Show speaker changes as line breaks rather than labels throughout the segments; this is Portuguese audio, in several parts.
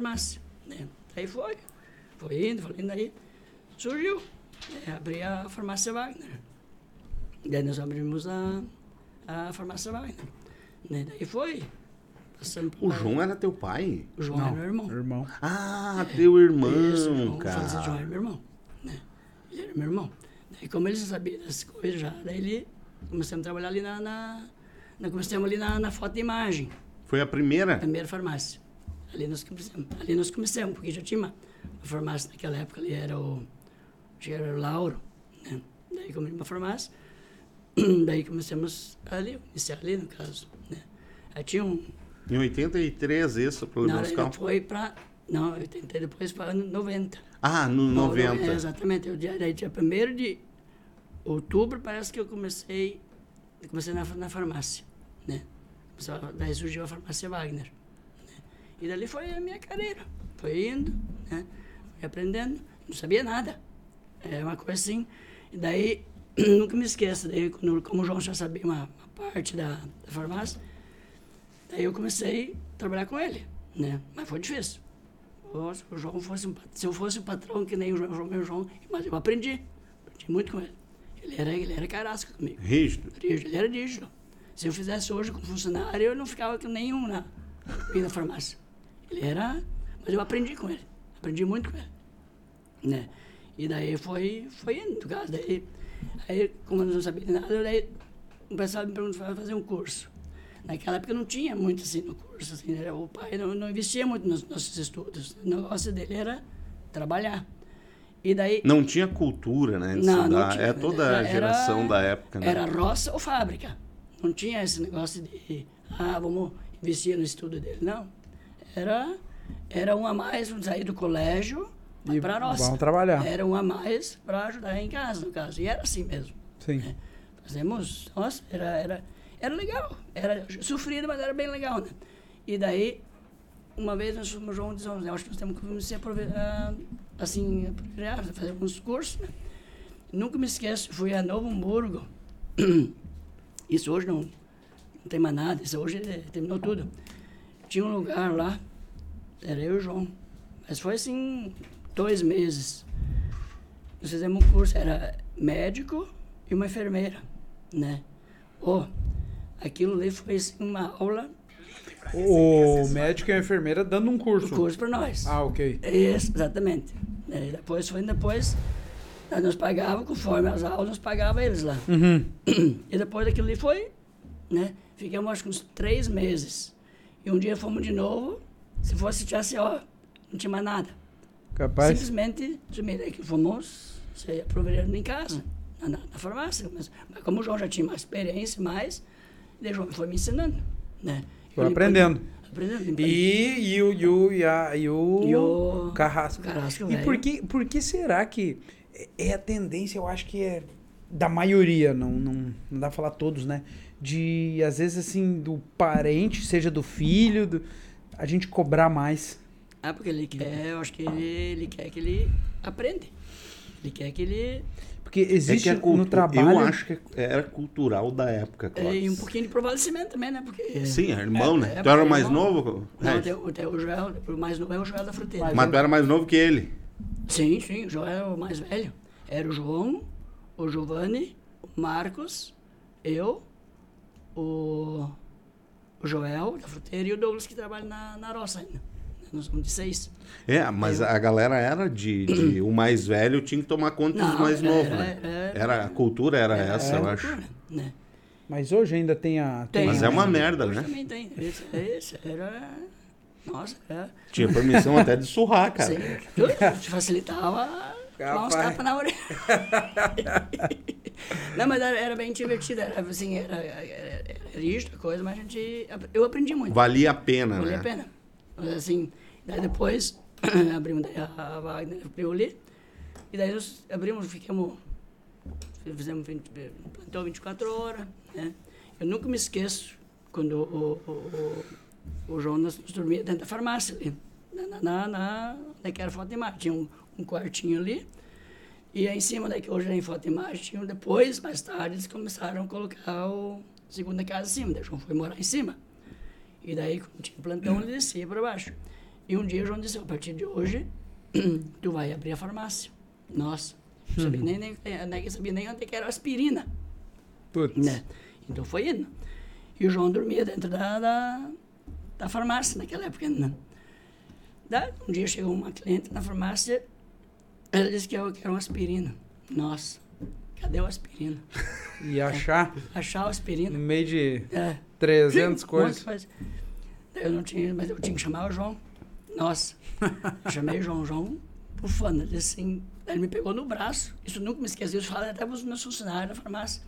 farmácia. Né? Daí foi, foi indo, foi indo, aí surgiu. Né? Abri a farmácia Wagner. Daí nós abrimos a, a farmácia Wagner. Né? Daí foi. Passando
O João era teu pai?
Ah. O João
Não,
era meu irmão.
irmão.
Ah, teu irmão,
Isso, o Francis John era
cara.
meu irmão. Né? Ele era meu irmão. Daí, como ele já sabia das coisas já, daí ele começamos a trabalhar ali na. na nós começamos ali na, na foto de imagem,
Foi a primeira?
na primeira farmácia. Ali nós começamos. Ali nós começamos, porque já tinha uma, uma farmácia naquela época ali, era o. acho que Era o Lauro. Né? Daí como era uma farmácia. Daí começamos ali, iniciar ali no caso. Né? Aí tinha um.
Em 83, isso, pro
Na hora
buscar. um-
ele foi pra. Não, eu tentei depois para 90.
Ah, no
Não, não,
90.
é, exatamente. Eu, dia- daí dia 1 de outubro, parece que eu comecei. eu comecei na, na farmácia, né? Começou a- Daí surgiu a farmácia Wagner. né? E dali foi a minha carreira. Foi indo, né? Fui aprendendo. Não sabia nada. É uma coisa assim. E daí, nunca me esqueço. Daí, quando, como o João já sabia uma, uma parte da, da farmácia, daí eu comecei a trabalhar com ele, né? Mas foi difícil. Ó, se o João fosse um pat- se eu fosse um patrão que nem o João, João, meu João, mas eu aprendi. Aprendi muito com ele. Ele era, ele era carasco comigo.
Rígido.
Rígido, ele era rígido. Se eu fizesse hoje com funcionário, eu não ficava com nenhum na, na farmácia. Ele era. Mas eu aprendi com ele. Aprendi muito com ele. Né? E daí foi, foi indo, no caso. Daí, aí, como eu não sabia de nada, daí o pessoal me perguntou para fazer um curso. Naquela época não tinha muito assim no curso. Assim, era, o pai não, não investia muito nos nossos estudos. O negócio dele era trabalhar. E daí.
Não tinha cultura, né? de
Não, não
estudar.
tinha.
É toda a
Era-
geração da época, né?
Era roça ou fábrica. Não tinha esse negócio de, ah, vamos investir no estudo dele. Não. Era, era um a mais, vamos sair do colégio
E
e para a roça.
vão trabalhar.
Era um a mais para ajudar em casa, no caso. E era assim mesmo.
Sim.
Fazemos, nossa, era, era, era legal. Era sofrido, mas era bem legal, né? E daí, uma vez nós fomos, o João disse, "Ó, eu acho que nós temos que começar a, prove- a, assim, a fazer alguns cursos, né? Nunca me esqueço, fui a Novo Hamburgo. Isso hoje não, não tem mais nada, isso hoje eh, terminou tudo. Tinha um lugar lá, era eu e o João. Mas foi assim, dois meses. Nós fizemos um curso, era médico e uma enfermeira, né? Ô, aquilo ali foi assim, uma aula,
O médico e a enfermeira dando um
um
curso.
curso para nós.
Ah, ok.
Isso, exatamente. Daí depois foi, depois nós nos pagava, conforme as aulas, nós pagava eles lá.
Uhum.
E depois daquilo ali foi, né? Ficamos acho que uns três meses. E um dia fomos de novo, se fosse tivesse, ó, não tinha mais nada.
Capaz.
Simplesmente sumiram que fomos se aproveitando em casa, na, na- na farmácia. Mas, mas como o João já tinha mais experiência, mais, ele João foi me ensinando, né?
Foi
Eu limpando-
aprendendo.
Aprendendo. limpando.
E, e o, e, o, e, a, e o.
E o-
Carrasco.
Carrasco, é.
E
velho.
por que, por que será que é- é a tendência, eu acho que é da maioria, não, não, não dá pra falar todos, né? De, às vezes, assim, do parente, seja do filho, do- a gente cobrar mais.
Ah, porque ele quer, eu acho que ele, ele quer que ele aprenda. Ele quer que ele eh,
Porque
É que
existe
a cultu-
no trabalho.
Eu acho que era cultural da época, claro.
tenha um pouquinho de prevalecimento também, né? Porque.
Sim, é irmão,
É,
né?
é,
tu era
é
mais
irmão.
novo?
Não,
É.
Regis?
até, o- até o Joel, o mais novo é o Joel da Fruteira.
Mas tu era mais novo que ele.
Sim, sim, o Joel era o mais velho. Era o João, o Giovanni, o Marcos, eu, o, o Joel da Fruteira e o Douglas que trabalha na, na roça ainda. Nós somos de seis.
É, mas a galera era de, de- o mais velho tinha que tomar conta dos
Não, é,
mais
era-
novos, né?
era-
Era, a cultura era essa, eu
É,
acho.
Né?
Mas hoje ainda tem a.
Tem,
Mas é uma
né?
merda,
Hoje
né?
Também tem. Esse, esse era. Nossa, era.
Tinha permissão até de surrar, cara.
Sim. Tudo Te facilitava tomar uns
Capaz.
tapas na orelha. Não, mas era, era bem divertido. Era, assim, era, era, era rígido a coisa, mas a gente... Eu aprendi muito.
Valia a pena,
Valia
né?
a pena. Mas, assim, daí depois abrimos daí a, a Wagner, abriu ali. E daí nós abrimos, ficamos... Fizemos 20, plantão 24 horas, né? Eu nunca me esqueço quando o, o, o, o João nós dormia dentro da farmácia ali. Na, na, na, na, é naquela foto de imagem. Tinha um, um quartinho ali. E aí em cima daqui, hoje era em foto de imagem, tinha um depois, mais tarde, eles começaram a colocar o segunda casa em cima. Daí o João foi morar em cima. E daí, quando tinha plantão, ele descia para baixo. E um dia o João disse, a partir de hoje, tu vai abrir a farmácia. Nossa, não sabia nem, nem, nem, sabia nem onde que era a aspirina,
Putz.
né? Então foi indo. E o João dormia dentro da, da, da farmácia naquela época, né? Da, um dia chegou uma cliente na farmácia, ela disse que eu quero uma aspirina. Nossa, cadê o aspirina?
E achar
Achar o
no
aspirina.
meio de
É.
300
Sim,
coisas.
um monte de coisa. Daí Eu não tinha, mas eu tinha que chamar o João. Nossa, eu chamei o João, o João, bufando, ele disse assim, ele me pegou no braço, isso nunca me esqueci, isso falo até para os meus funcionários da farmácia.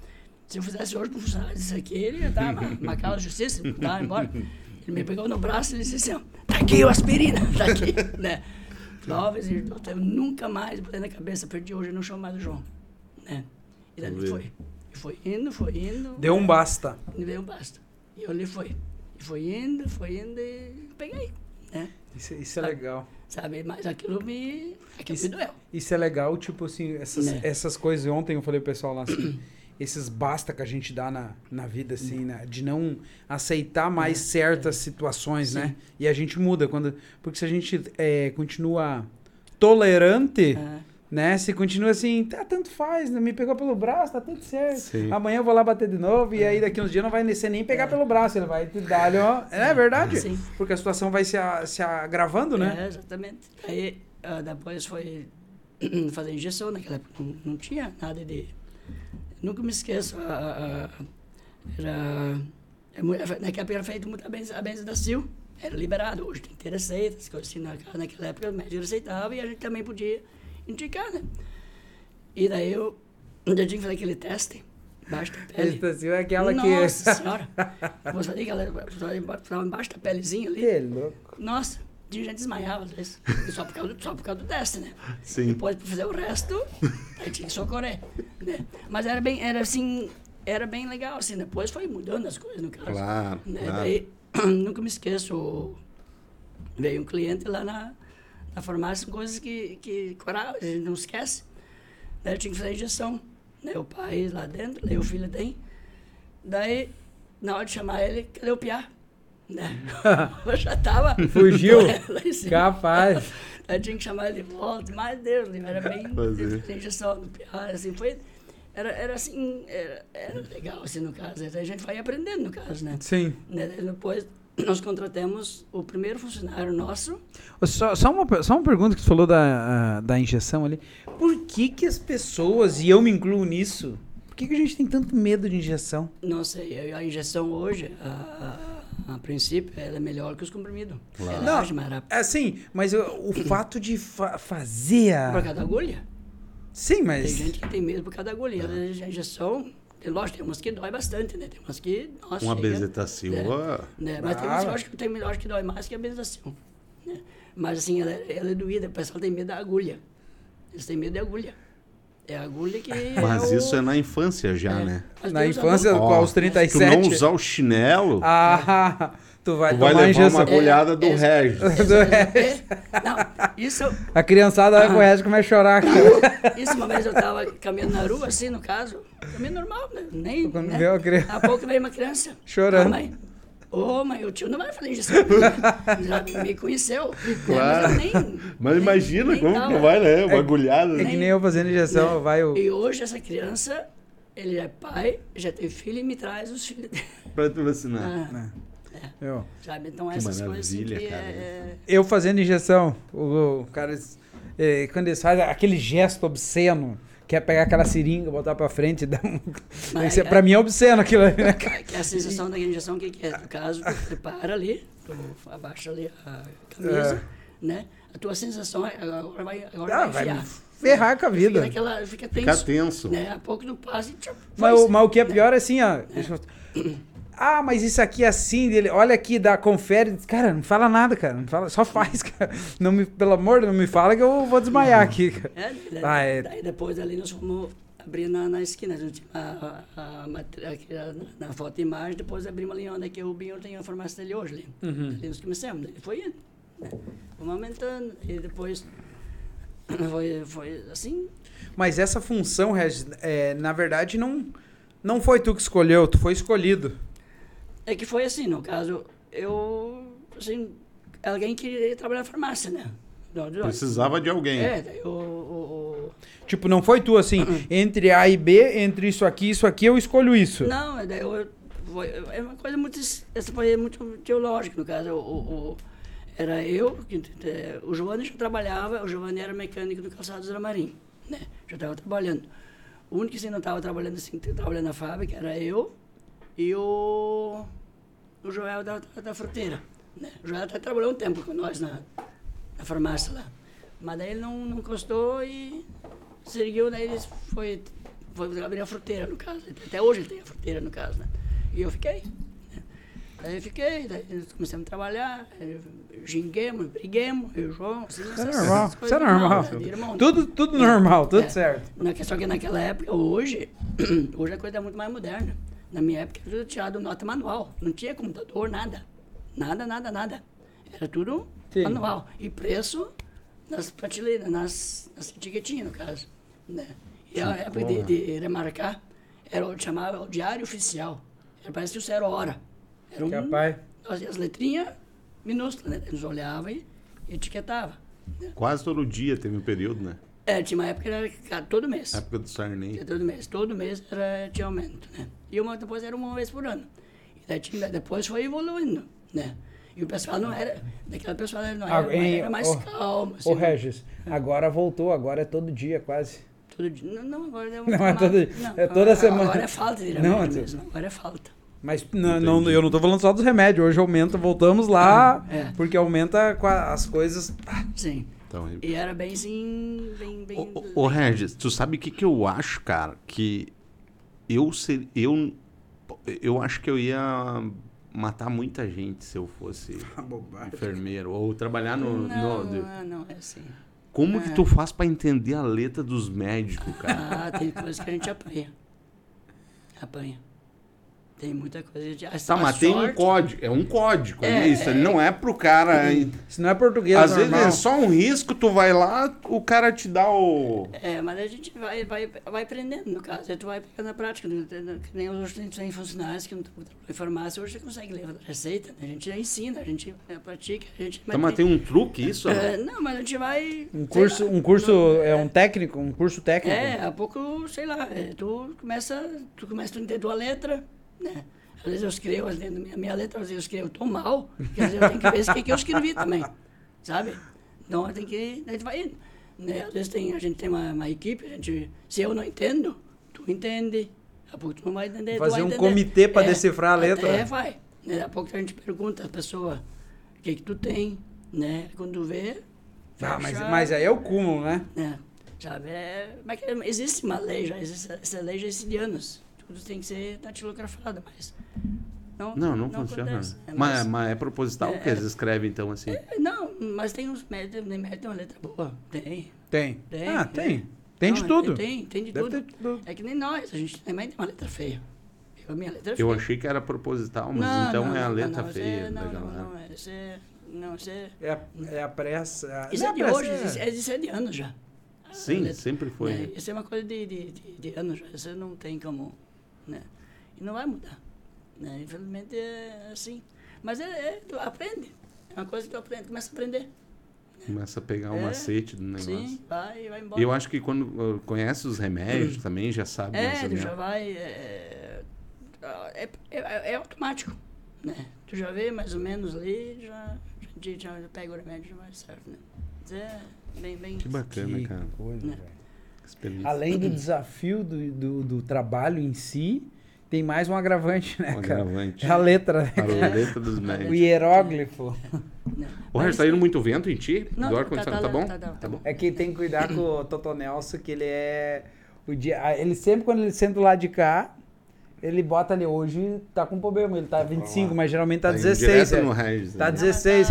Se eu fizesse hoje para o funcionário isso aqui, ele ia estar uma, uma causa de justiça, ele ia embora. Ele me pegou no braço e disse assim, ó, tá aqui o aspirina, tá aqui, né? Clóvis, e eu nunca mais botei na cabeça, perdi hoje, eu não chamo mais o João, né? E daí
Beleza.
foi, foi indo, foi indo.
Deu um basta.
E veio um basta. E eu ali foi. E foi indo, foi indo e peguei, né?
Isso, isso é
Sabe?
legal.
Sabe? Mas aquilo me. Aquilo
Isso-
me doeu.
Isso é legal, tipo assim, essas,
Né?
essas coisas. Ontem eu falei pro pessoal lá assim. Esses basta que a gente dá na, na vida, assim, né? De não aceitar mais certas situações, né? E a gente muda. quando Porque se a gente é, continua tolerante,
Ah,
né? Se continua assim, tá, tanto faz, né? me pegou pelo braço, tá tudo certo.
Sim.
Amanhã eu vou lá bater de novo, e aí daqui uns dias não vai ser nem pegar pelo braço, ele vai te dar, ó. É verdade?
Sim.
Porque a situação vai se, a- se agravando, né?
É, exatamente. Aí ah, depois foi fazer injeção, naquela época não, não tinha nada de. Nunca me esqueço. a- a- a- era. é mu- Naquela época era feito muito a benz- a benza da Sil. Era liberado. Hoje tem que ter receita, essas coisas assim. naquela- Naquela época o médico receitava e a gente também podia indicar, né? E daí eu. Um dia tinha que fazer aquele teste. Baixa da
A
pele.
situação é aquela que.
Nossa senhora! Você falei que ela estava embaixo da pelezinha ali.
Que louco.
Nossa, tinha gente que desmaiava às vezes. Só por causa do, só por causa do teste, né?
Sim.
Depois, pra fazer o resto, aí tinha que socorrer. Né? Mas era bem, era assim, era bem legal, assim. Depois foi mudando as coisas, no caso.
Claro,
Né?
claro.
Daí, nunca me esqueço, veio um cliente lá na, na farmácia com coisas que, que curava, a gente não esquece. Daí eu tinha que fazer a injeção. Daí o pai lá dentro, daí o filho tem. Daí, na hora de chamar ele, cadê o piá? Né? Eu já tava...
Fugiu?
lá em cima.
Capaz.
Aí tinha que chamar ele de volta, mas Deus, livre, era bem
Fazer.
a injeção do pior, assim, foi. Era, era assim, era, era legal, assim, no caso. A gente vai aprendendo, no caso, né?
Sim.
Né, daí Depois nós contratamos o primeiro funcionário nosso.
Só, só uma, per- só uma pergunta que você falou da, a- da injeção ali. Por que, que as pessoas, e eu me incluo nisso, por que, que a gente tem tanto medo de injeção?
Não sei, a a injeção hoje, a, a, a princípio, ela é melhor que os comprimidos.
Claro.
Ela
Não.
age mais rápido.
É sim, mas o, o fato de fa- fazer
Por
a.
cada agulha.
Sim,
Tem
mas.
gente que tem medo por cada
É.
agulha. A injeção, tem- lógico, tem umas que dói bastante, né? Tem umas que. Nossa,
Uma
chega-
bezetacil. ó.
né? Mas tem
Brava.
umas que eu acho que tem melhor que dói mais que a benzação. Né? Mas assim, ela, ela é doída, o pessoal tem medo da agulha. Eles têm medo da agulha. É a agulha que.
Mas
é
isso
o...
é na infância já,
É.
né?
Mas
Na
tem os
infância,
adultos-
com aos
Tu não
37.
usar o chinelo,
Ah, tu vai
tu
tomar
vai levar
injeção.
uma agulhada do
É, é.
Regis.
Isso, isso, é- não, isso,
A criançada
Ah.
vai conhece como é chorar. cara.
isso uma vez eu tava caminhando na rua, assim, no caso. Caminho normal, né? Nem.
Quando
né?
vê uma criança-
Daqui a pouco veio uma criança.
Chorando.
Ô, mãe, ô, mãe, o tio não vai fazer isso. Já me conheceu.
Claro.
Né? Mas eu nem,
Mas
nem-
imagina
nem
como
tava.
que vai, né? Uma agulhada.
É que nem eu fazendo injeção, Então, vai o.
E hoje essa criança, ele é pai, já tem filho e me traz os filhos dele.
Pra tu vacinar.
Ah,
É. eu.
sabe? Então essas coisas assim que
maravilha, cara.
é,
Eu fazendo injeção, o, o cara, eh, quando eles fazem aquele gesto obsceno, que é pegar aquela seringa, botar pra frente e dar um...
Mas
Isso é-
é-
pra mim é obsceno aquilo ali, né, cara?
é, que é a sensação da injeção que, que é, no caso, tu prepara ali, tu abaixa ali a camisa, né? A tua sensação é, agora vai, agora
É. Ah,
vai
vai me
enfiar.
ferrar com a
Fica,
vida.
naquela, fica tenso,
Fica tenso.
né? A pouco tu passa e tchau,
Mas,
foi.
o- mas o que é pior é assim, ó. deixa eu- Ah, mas isso aqui é assim dele. Olha aqui, dá, confere. Cara, não fala nada, cara. Não fala, só faz, cara. Não me, pelo amor, não me fala que eu vou desmaiar aqui, cara.
É, daí,
Ah, é.
daí depois ali nós fomos abrir na, na esquina, a gente, a, a, a, matri- aqui, a- na foto e imagem, depois abrimos ali onde é que o Binho tem a farmácia dele hoje. Ali,
Uhum.
ali nós começamos, daí foi indo. né? Fomos aumentando, e depois foi, foi assim,
Mas essa função, Regis, é, na verdade, não, não foi tu que escolheu, tu foi escolhido.
É que foi assim, no caso, eu, assim, alguém queria trabalhar na farmácia, né? Não, não.
Precisava de alguém.
É, daí o, o-
Tipo, não foi tu assim,
Uhum.
entre A e B, entre isso aqui e isso aqui, eu escolho isso.
o- Não, é, daí eu, foi- é uma coisa muito. es- Essa foi muito teológica, no caso. O, o- o- era eu, que, eh, o Giovanni já trabalhava, o Giovanni era mecânico do calçado do Marim, né? Já estava trabalhando. O único que assim, não estava trabalhando assim, que trabalhando na fábrica, era eu e o, o Joel da, da, da fruteira. Né? O Joel até trabalhou um tempo com nós na, na farmácia lá. Mas daí ele não, não gostou e seguiu, daí ele foi, foi abrir a fruteira, no caso. Até hoje ele tem a fruteira, no caso, né? E eu fiquei. né? Daí eu fiquei, daí nós começamos a trabalhar, eh, xinguemos, briguemos, eu e o João, assim,
Isso é
essas-
normal,
essas
isso é
coisas normais,
normal.
né, de irmão, né?
Tudo, tudo normal, tudo
É.
certo.
Na- Só que naquela época, hoje, hoje a coisa é muito mais moderna. Na minha época, era tudo tirado nota manual. Não tinha computador, nada. Nada, nada, nada. Era tudo
Sim.
manual. E preço nas prateleiras, nas, nas etiquetinhas, no caso. Né? E a época de, de remarcar, era o chamava o diário oficial. Era, parece que isso era hora. Era um,
Capaz.
as, as letrinhas minúsculas, né? Eles olhavam e etiquetavam.
Quase todo dia teve um período, né?
É, tinha uma época que era cada- todo mês.
Época do Sarney.
Tinha todo mês. Todo mês era, tinha aumento, né? E uma, depois era uma vez por ano. E daí tinha- depois foi evoluindo, né? E o pessoal não era... Daquela pessoal não era,
Ah, hein,
era mais
ô-
calmo, assim.
Ô Regis, agora voltou, agora é todo dia quase.
Todo dia. Não, não, agora é
Não, é todo dia. É toda
agora,
semana.
Agora é falta de
Não,
remédio
é-
mesmo. Agora é falta.
Mas n- não, eu não tô falando só dos remédios, hoje aumenta, voltamos lá,
É.
porque aumenta com a- as coisas. Ah,
Sim.
Então,
E era bem, sim... Bem, bem...
Ô, ô, ô, Regis, tu sabe o que, que eu acho, cara? Que eu ser, eu eu acho que eu ia matar muita gente se eu fosse
tá bobagem.
enfermeiro ou trabalhar no,
não,
no- de-
não, não, é assim.
como que tu faz pra entender a letra dos médicos, cara?
Ah, tem coisa que a gente apanha. Apanha. Tem muita coisa... que a gente- a-
Tá,
a
mas tem um
sorte-
código, é um código,
É,
né? isso ele não é pro cara.
Se não é português,
Às vezes
normal.
é só um risco, tu vai lá, o cara te dá o
É, mas a gente vai, vai, vai aprendendo, no caso. Aí tu vai pegando na prática. né? Que nem hoje tem- tem funcionários que não trabalham em farmácia, hoje você consegue levar receita. né? A gente já ensina, a gente é, pratica. A gente,
Tá, mas tem um truque isso?
é,
né?
não, mas a gente vai...
Um
sei
curso,
lá,
um curso
não-
é um técnico, um curso técnico.
É, a pouco, sei lá, é, tu começa, tu começa a entender tua letra, né? Às vezes eu escrevo, às vezes, a minha, minha letra, às vezes eu escrevo tão mal, que às vezes eu tenho que ver se o que que eu escrevi também, sabe? Então tem que, a gente vai indo, né? Às vezes tem, a gente tem uma, uma equipe, a gente, se eu não entendo, tu entende, a pouco tu não vai entender, tu
Fazer
vai
um
entender.
comitê pra decifrar a letra.
É, vai. Né? Daqui a pouco a gente pergunta à pessoa, o que que tu tem, né? Quando tu vê,
Ah, mas,
fecha-
mas aí é o cúmulo, né?
né? Sabe? É, mas que existe uma lei já, existe, essa lei já existe de anos. Tudo tem que ser datilografado, mas. Não,
Não, não, funciona.
acontece, né?
mas,
Mas-
mas é proposital que eles escrevem então assim.
Não, mas tem uns médicos, tem médico tem uma letra boa. Tem.
Tem.
Tem,
ah,
tem.
tem. Tem de
Não,
tudo.
Tem, tem de
Deve
tudo.
ter de tudo.
É que nem nós, a gente também tem uma letra feia. Eu, a minha letra é feia.
Eu achei que era proposital, mas
Não,
então
não,
é a
não,
letra
não, isso é-
feia
não,
da
não,
galera.
Não, isso é- não, isso é.
É a, é a pressa.
Isso
não
é de
pressa,
hoje, isso é- isso é de anos já.
Sim,
letra-
sempre foi.
né? Isso é uma coisa de, de, de, de anos, isso não tem como. Né? E não vai mudar. né? Infelizmente é assim. Mas é, é- tu aprende. É uma coisa que tu aprende, começa a aprender.
Começa a pegar o
É,
macete do negócio.
Sim, vai e vai embora.
Eu acho que quando uh, conhece os remédios também, já sabe. mais
Hum. é, tu
ou menos.
já vai. É, é, é- é automático. Né? Tu já vê mais ou menos ali, já, já, já, já pega o remédio, já vai certo. Né? Mas é bem, bem.
Que bacana,
Que
cara.
coisa,
Né?
velho.
Que experiência.
Além do desafio do, do, do trabalho em si, tem mais um agravante, né,
Um
cara?
agravante.
É a letra, né?
A roleta dos
O
médicos.
hieróglifo.
né?
Ô,
Mas
Regis, tá indo muito vento em ti?
Não,
do
tá-
ar condicionado.
tá-
Tá, bom?
tá- tá- tá bom.
É que tem que cuidar com o Toto Nelson, que ele é. O dia, ah, ele sempre, quando ele senta do lado de cá, ele bota ali. Hoje tá com problema, ele tá 25, mas geralmente tá
Tá indo
16.
direto
é.
no Regis,
Tá
né?
16,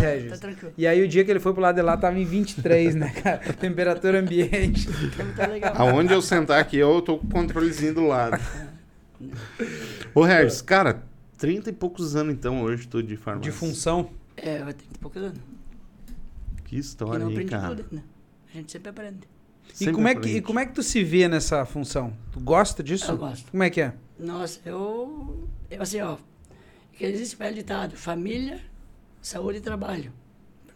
Não, mas tá-
Regis.
tá tranquilo.
E aí o dia que ele foi pro lado de lá tava em 23, né, cara? Temperatura ambiente.
é muito legal.
Aonde eu sentar aqui, eu tô com o controlezinho do lado. Ô, Regis, cara, 30 e poucos anos então hoje tô de farmácia.
De função.
É, vai ter poucos anos.
Que
E
história,
não
hein,
aprendi
cara.
tudo, né? A gente sempre aprende.
E
Sempre
como, é que, e
aprende.
como é que tu se vê nessa função? Tu gosta disso?
Eu gosto.
Como é que é?
Nossa, eu. Eu assim, ó. Que existe um velho ditado: família, saúde e trabalho.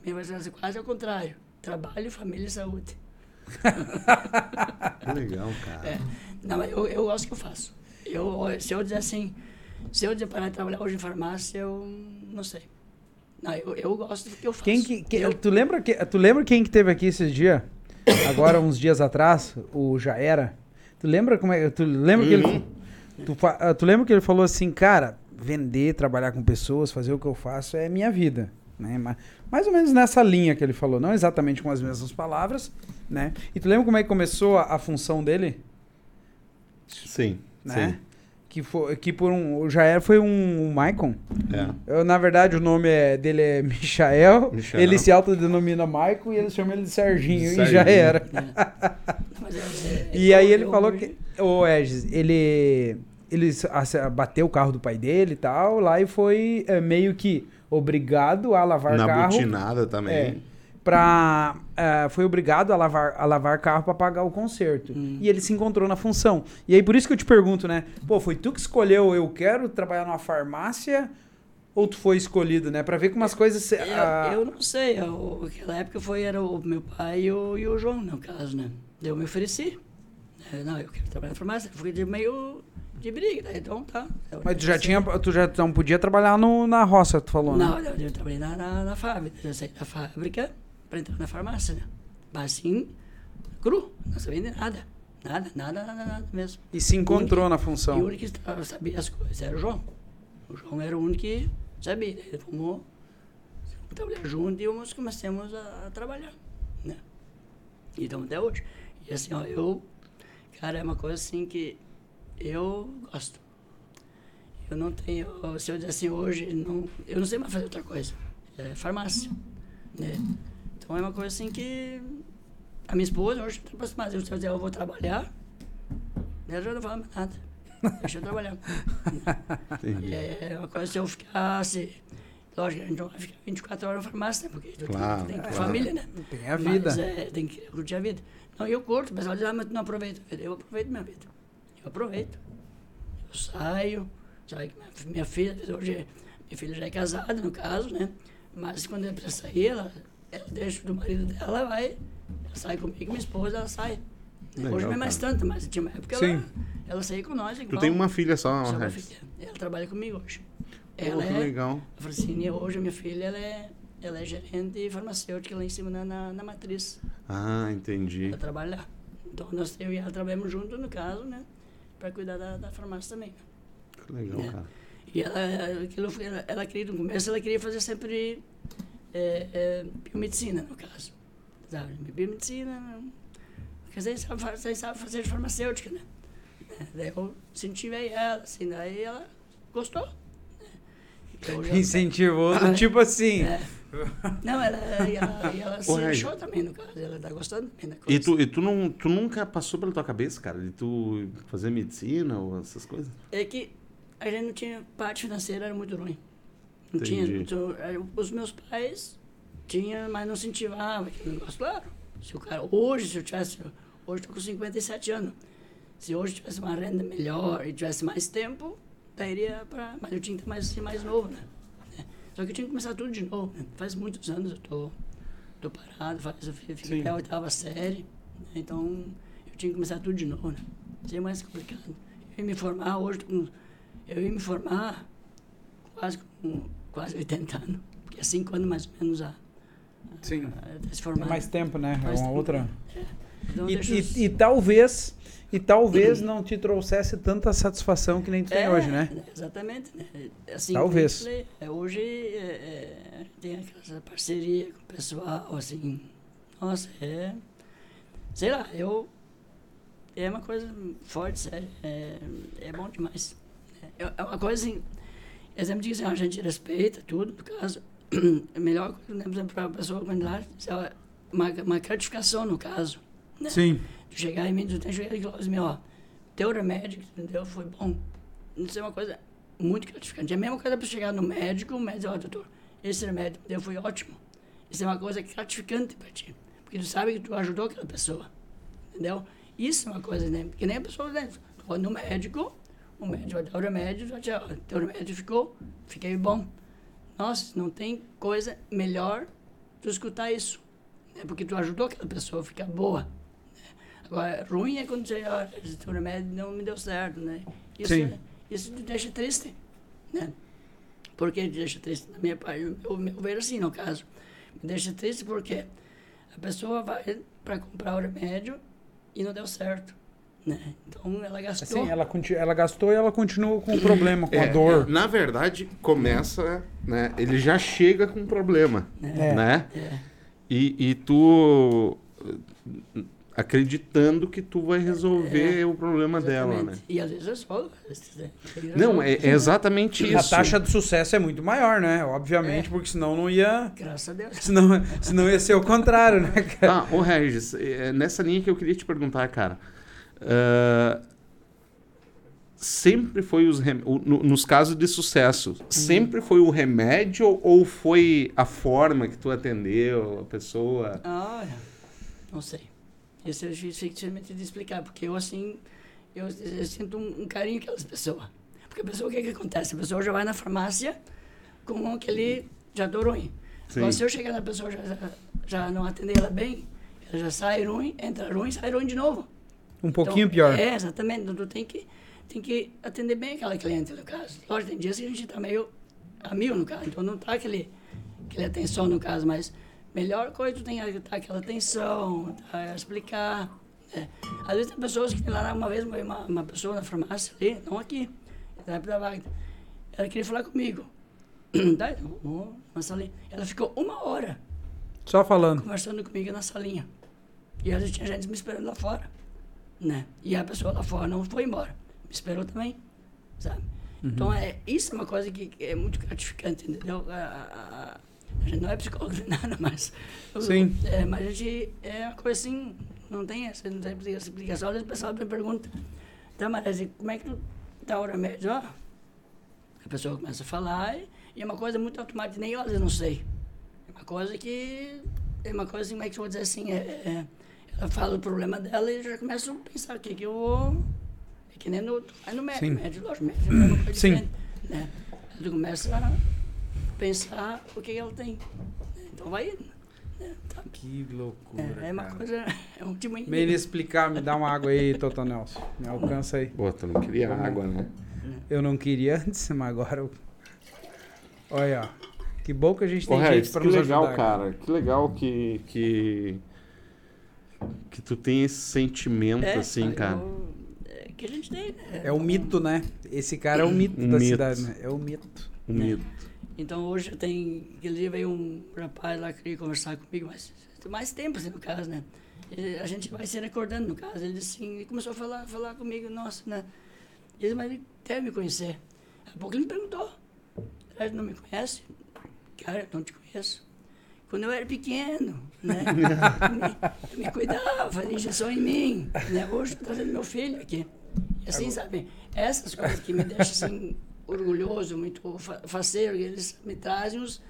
Minha vai ser quase ao contrário. Trabalho, família e saúde.
Que legal, cara.
É. Não, mas eu, eu gosto do que eu faço. Eu, se eu dizer assim, se eu dizer parar de trabalhar hoje em farmácia, eu não sei. Não, eu, eu gosto do que eu faço.
Quem que, que-
eu,
tu, lembra que, tu lembra quem que teve aqui esses dias? Agora, uns dias atrás, o Já Era. Tu lembra como é. Tu lembra que ele. Tu, fa- ah, tu lembra que ele falou assim, cara, vender, trabalhar com pessoas, fazer o que eu faço é minha vida. Né? Ma- Mais ou menos nessa linha que ele falou, não exatamente com as mesmas palavras, né? E tu lembra como é que começou a, a função dele?
Sim,
Né?
sim.
Que, foi, que por um. O Já Era foi um, um Maicon.
É.
Eu, na verdade, o nome é- dele é Michael.
Michael.
Ele se autodenomina Michael e eles chamam ele de Serginho, e já
Serginho.
era.
mas é- é-
E
eu-
aí ele
eu
falou
hoje-
que. Ô, Regis, ele. Ele s- ace- bateu o carro do pai dele e tal, lá e foi é, meio que obrigado a lavar
Na
carro.
butinada também.
É, Pra, ah, foi obrigado a lavar, a lavar carro pra pagar o conserto.
Hum.
E ele se encontrou na função. E aí, por isso que eu te pergunto, né? Pô, foi tu que escolheu eu quero trabalhar numa farmácia ou tu foi escolhido, né? Pra ver como as coisas. se-
Eu,
ah,
eu não sei, eu, aquela época foi, era o meu pai e o, e o João, no caso, né? Eu me ofereci. É, Não, eu quero trabalhar na farmácia. Fui de meio de briga, né? então tá. Eu
Mas tu já
ofereci.
tinha, tu já não podia trabalhar no, na roça, tu falou, né?
Não, eu, eu trabalhei na, na, na fábrica, eu saí da fábrica para entrar na farmácia, né? Mas assim, cru, não sabia de nada. Nada, nada, nada, nada mesmo.
E se encontrou na
E o
função.
único que sa- sabia as coisas era o João. O João era o único que sabia. Ele formou, vamos trabalhar junto e nós começamos a, a trabalhar, né? E estamos até hoje. E assim, ó, eu... Cara, é uma coisa assim que eu gosto. Eu não tenho... ó, Se eu dizer assim hoje, não, eu não sei mais fazer outra coisa. É farmácia, né? Então é uma coisa assim que... A minha esposa hoje não posso mais. Se eu dizer, eu vou trabalhar, ela já não fala mais nada. Deixa eu trabalhar.
Entendi.
É uma coisa se eu ficasse. Lógico, a gente não vai ficar 24 horas na farmácia, né? Porque tu tem-
Claro,
tu tem,
claro.
família, né?
Tem a
Mas,
vida.
é, tem que curtir a vida. Não, eu curto, mas olha, ah, mas tu não aproveita. a vida. Eu aproveito minha vida. Eu aproveito. Eu saio, saio com minha, minha filha, hoje minha filha já é casada, no caso, né? Mas quando é pra sair, ela, ela deixa do marido dela, ela vai, ela sai comigo, minha esposa, ela sai.
Legal,
hoje não é mais
cara.
tanto, mas tinha uma época
Sim.
ela, ela saía com nós.
Tu
igual.
tem uma filha só,
Só
né?
pra ficar. Ela trabalha comigo hoje.
Pô,
Ela
que
é,
legal.
a Francine, hoje, a minha filha, ela é, ela é gerente farmacêutica lá em cima na, na, na matriz.
Ah, entendi.
Ela trabalha lá. Então, nós, eu e ela trabalhamos junto, no caso, né? Pra cuidar da, da farmácia também. né?
Que legal,
É.
cara.
E ela, aquilo, foi- ela, ela queria, no começo, ela queria fazer sempre é, é, biomedicina, no caso. Sabe? Biomedicina, né? porque vocês sabem, fa- vocês sabem fazer de farmacêutica, né? É, Daí eu incentivei ela, assim, daí ela gostou. né? Então, já-
Incentivou, do
Ah,
tipo assim.
é. Não, ela, e ela, e ela se
Ô, Regi.
achou também, no caso. Ela tá gostando também da coisa.
E, tu, e tu, não, tu nunca passou pela tua cabeça, cara, de tu fazer medicina ou essas coisas?
É que a gente não tinha parte financeira, era muito ruim. Não
Entendi.
tinha. então, aí os meus pais tinham, mas não incentivavam aquele negócio. Claro, se o cara, hoje, se eu tivesse, hoje estou com 57 anos, se hoje tivesse uma renda melhor e tivesse mais tempo, daria para. Mas eu tinha que mais, ser mais novo, né? É. Só que eu tinha que começar tudo de novo, né? Faz muitos anos eu tô, tô parado, faz, eu fiquei
Sim.
até a oitava série, né? então eu tinha que começar tudo de novo, né? Seria mais complicado. Eu ia me formar hoje, tô com, eu ia me formar quase com quase 80 anos, porque é cinco anos mais ou menos a,
Sim.
a- até se
É
formar.
mais tempo, né? É
Mais
uma
tempo.
outra.
Então,
E,
deixa os-
e- e talvez. E talvez não te trouxesse tanta satisfação que nem tu tem
É,
hoje, né?
Exatamente, né? Assim,
Talvez.
como eu te falei, é, hoje é, é, tem aquela parceria com o pessoal, assim, nossa, é, sei lá, eu, é uma coisa forte, sério, é, é bom demais. É, é uma coisa assim, exemplo, diz, assim, a gente respeita tudo, no caso, é melhor, né, para a pessoa quando lá, diz, ó, uma, uma gratificação, no caso, né?
Sim.
Tu chegar em mim, tu tem que chegar e falar assim, ó, teu remédio que tu me deu foi bom. Isso é uma coisa muito gratificante. É a mesma coisa pra chegar no médico, o médico, ó, doutor, esse remédio que tu deu foi ótimo. Isso é uma coisa gratificante pra ti. Porque tu sabe que tu ajudou aquela pessoa. Entendeu? Isso é uma coisa, né? Porque nem a pessoa, né? Tu vai no médico, o médico vai dar o remédio, vai dizer, ó, teu remédio ficou, fiquei bom. Nossa, não tem coisa melhor tu escutar isso. Né? Porque tu ajudou aquela pessoa a ficar boa. né? Agora, ruim é quando você, ó, esse teu remédio não me deu certo, né? Isso,
Sim.
isso te deixa triste, né? Por que te deixa triste? Na minha parte, eu, eu vejo assim, no caso. Me deixa triste porque a pessoa vai para comprar o remédio e não deu certo, né? Então, ela gastou.
Assim, ela, conti- ela gastou e ela continua com o problema, com a
É,
dor.
Na verdade, começa, né? Ele já chega com um problema,
É.
né?
É.
E, e tu eh, acreditando que tu vai resolver o problema dela, né?
Exatamente. E às vezes eu sou.
Não, é, é exatamente isso.
A taxa de sucesso é muito maior, né?
É.
Obviamente, porque senão não ia.
Graças a Deus.
Senão, senão ia ser o contrário, né, cara?
Tá, ô Regis, é nessa linha que eu queria te perguntar, cara. Ah, sempre foi os rem... o- no- nos casos de sucesso,
Uhum.
sempre foi o remédio ou foi a forma que tu atendeu a pessoa?
Ah, não sei. Isso é difícil efetivamente de explicar, porque eu, assim, eu, eu sinto um, um carinho aquelas pessoas. Porque a pessoa, o que que acontece? A pessoa já vai na farmácia com aquele já dou ruim. Agora,
Sim.
se eu chegar na pessoa já, já, já não atender ela bem, ela já sai ruim, entra ruim, sai ruim de novo.
Um
Então,
pouquinho pior.
É, exatamente. Tu tem que, tem que atender bem aquela cliente, no caso. Lógico, tem dias que a gente tá meio a mil, no caso. Então, não tá aquele, aquele atenção, no caso. Mas melhor coisa tu tem que tá aquela atenção, tá, explicar. né? Às vezes tem pessoas que lá uma vez uma, uma pessoa na farmácia ali, não aqui, na época da Wagner, ela queria falar comigo. Tá, então, vamos na salinha. Ela ficou uma hora
Só falando.
conversando comigo na salinha. E às vezes tinha gente me esperando lá fora, né? E a pessoa lá fora não foi embora, me esperou também, sabe? Então, é, isso é uma coisa que, que é muito gratificante, entendeu? A, a- a- a gente não é psicólogo nem nada, mas...
Sim.
É, mas a gente, é uma coisa assim, não tem essa, não tem essa explicação. Às vezes o pessoal me pergunta, tá, mas e como é que tu dá o remédio? Ó, a pessoa começa a falar e, e é uma coisa muito automática, nem eu às vezes não sei. É uma coisa que. É uma coisa assim, como é que eu vou dizer assim? É, é- ela fala o problema dela e eu já começo a pensar o que, que eu vou. É que nem no. tu Vai no médico,
Sim.
médico, lógico, médico é uma coisa
Sim.
diferente. Né? Aí Tu começa a pensar o que, que ela tem. né? Então vai indo. né? Tá.
Que loucura.
É, é uma coisa. É um time.
Meio inexplicável. Me dá uma água aí, Toto Nelson. Me alcança aí.
Pô, tu não queria água, né?
Eu não queria antes, mas agora. eu- Olha, ó. Que bom que a gente tem
Ô,
gente
Regis,
pra
que
nos
legal,
ajudar.
cara. Que legal que, que, que tu tem esse sentimento, assim, cara.
eu- é que a gente tem. né?
É o mito, né? Esse cara é o mito
Um
da
mito.
cidade, né? É o mito.
O medo.
Então hoje tem, inclusive veio um rapaz lá que queria conversar comigo, mas tem mais tempo assim, no caso, né? E a gente vai se recordando no caso. Ele disse assim, ele começou a falar, falar comigo, nossa, né? Ele disse, mas ele deve me conhecer. Daqui a pouco ele me perguntou, "Ah, não me conhece? Cara, não te conheço. Quando eu era pequeno, né? eu, me, eu me cuidava, fazia injeção em mim, né? Hoje estou trazendo meu filho aqui. E assim, sabe? Essas coisas que me deixam assim, orgulhoso, muito fa faceiro, e eles me trazem os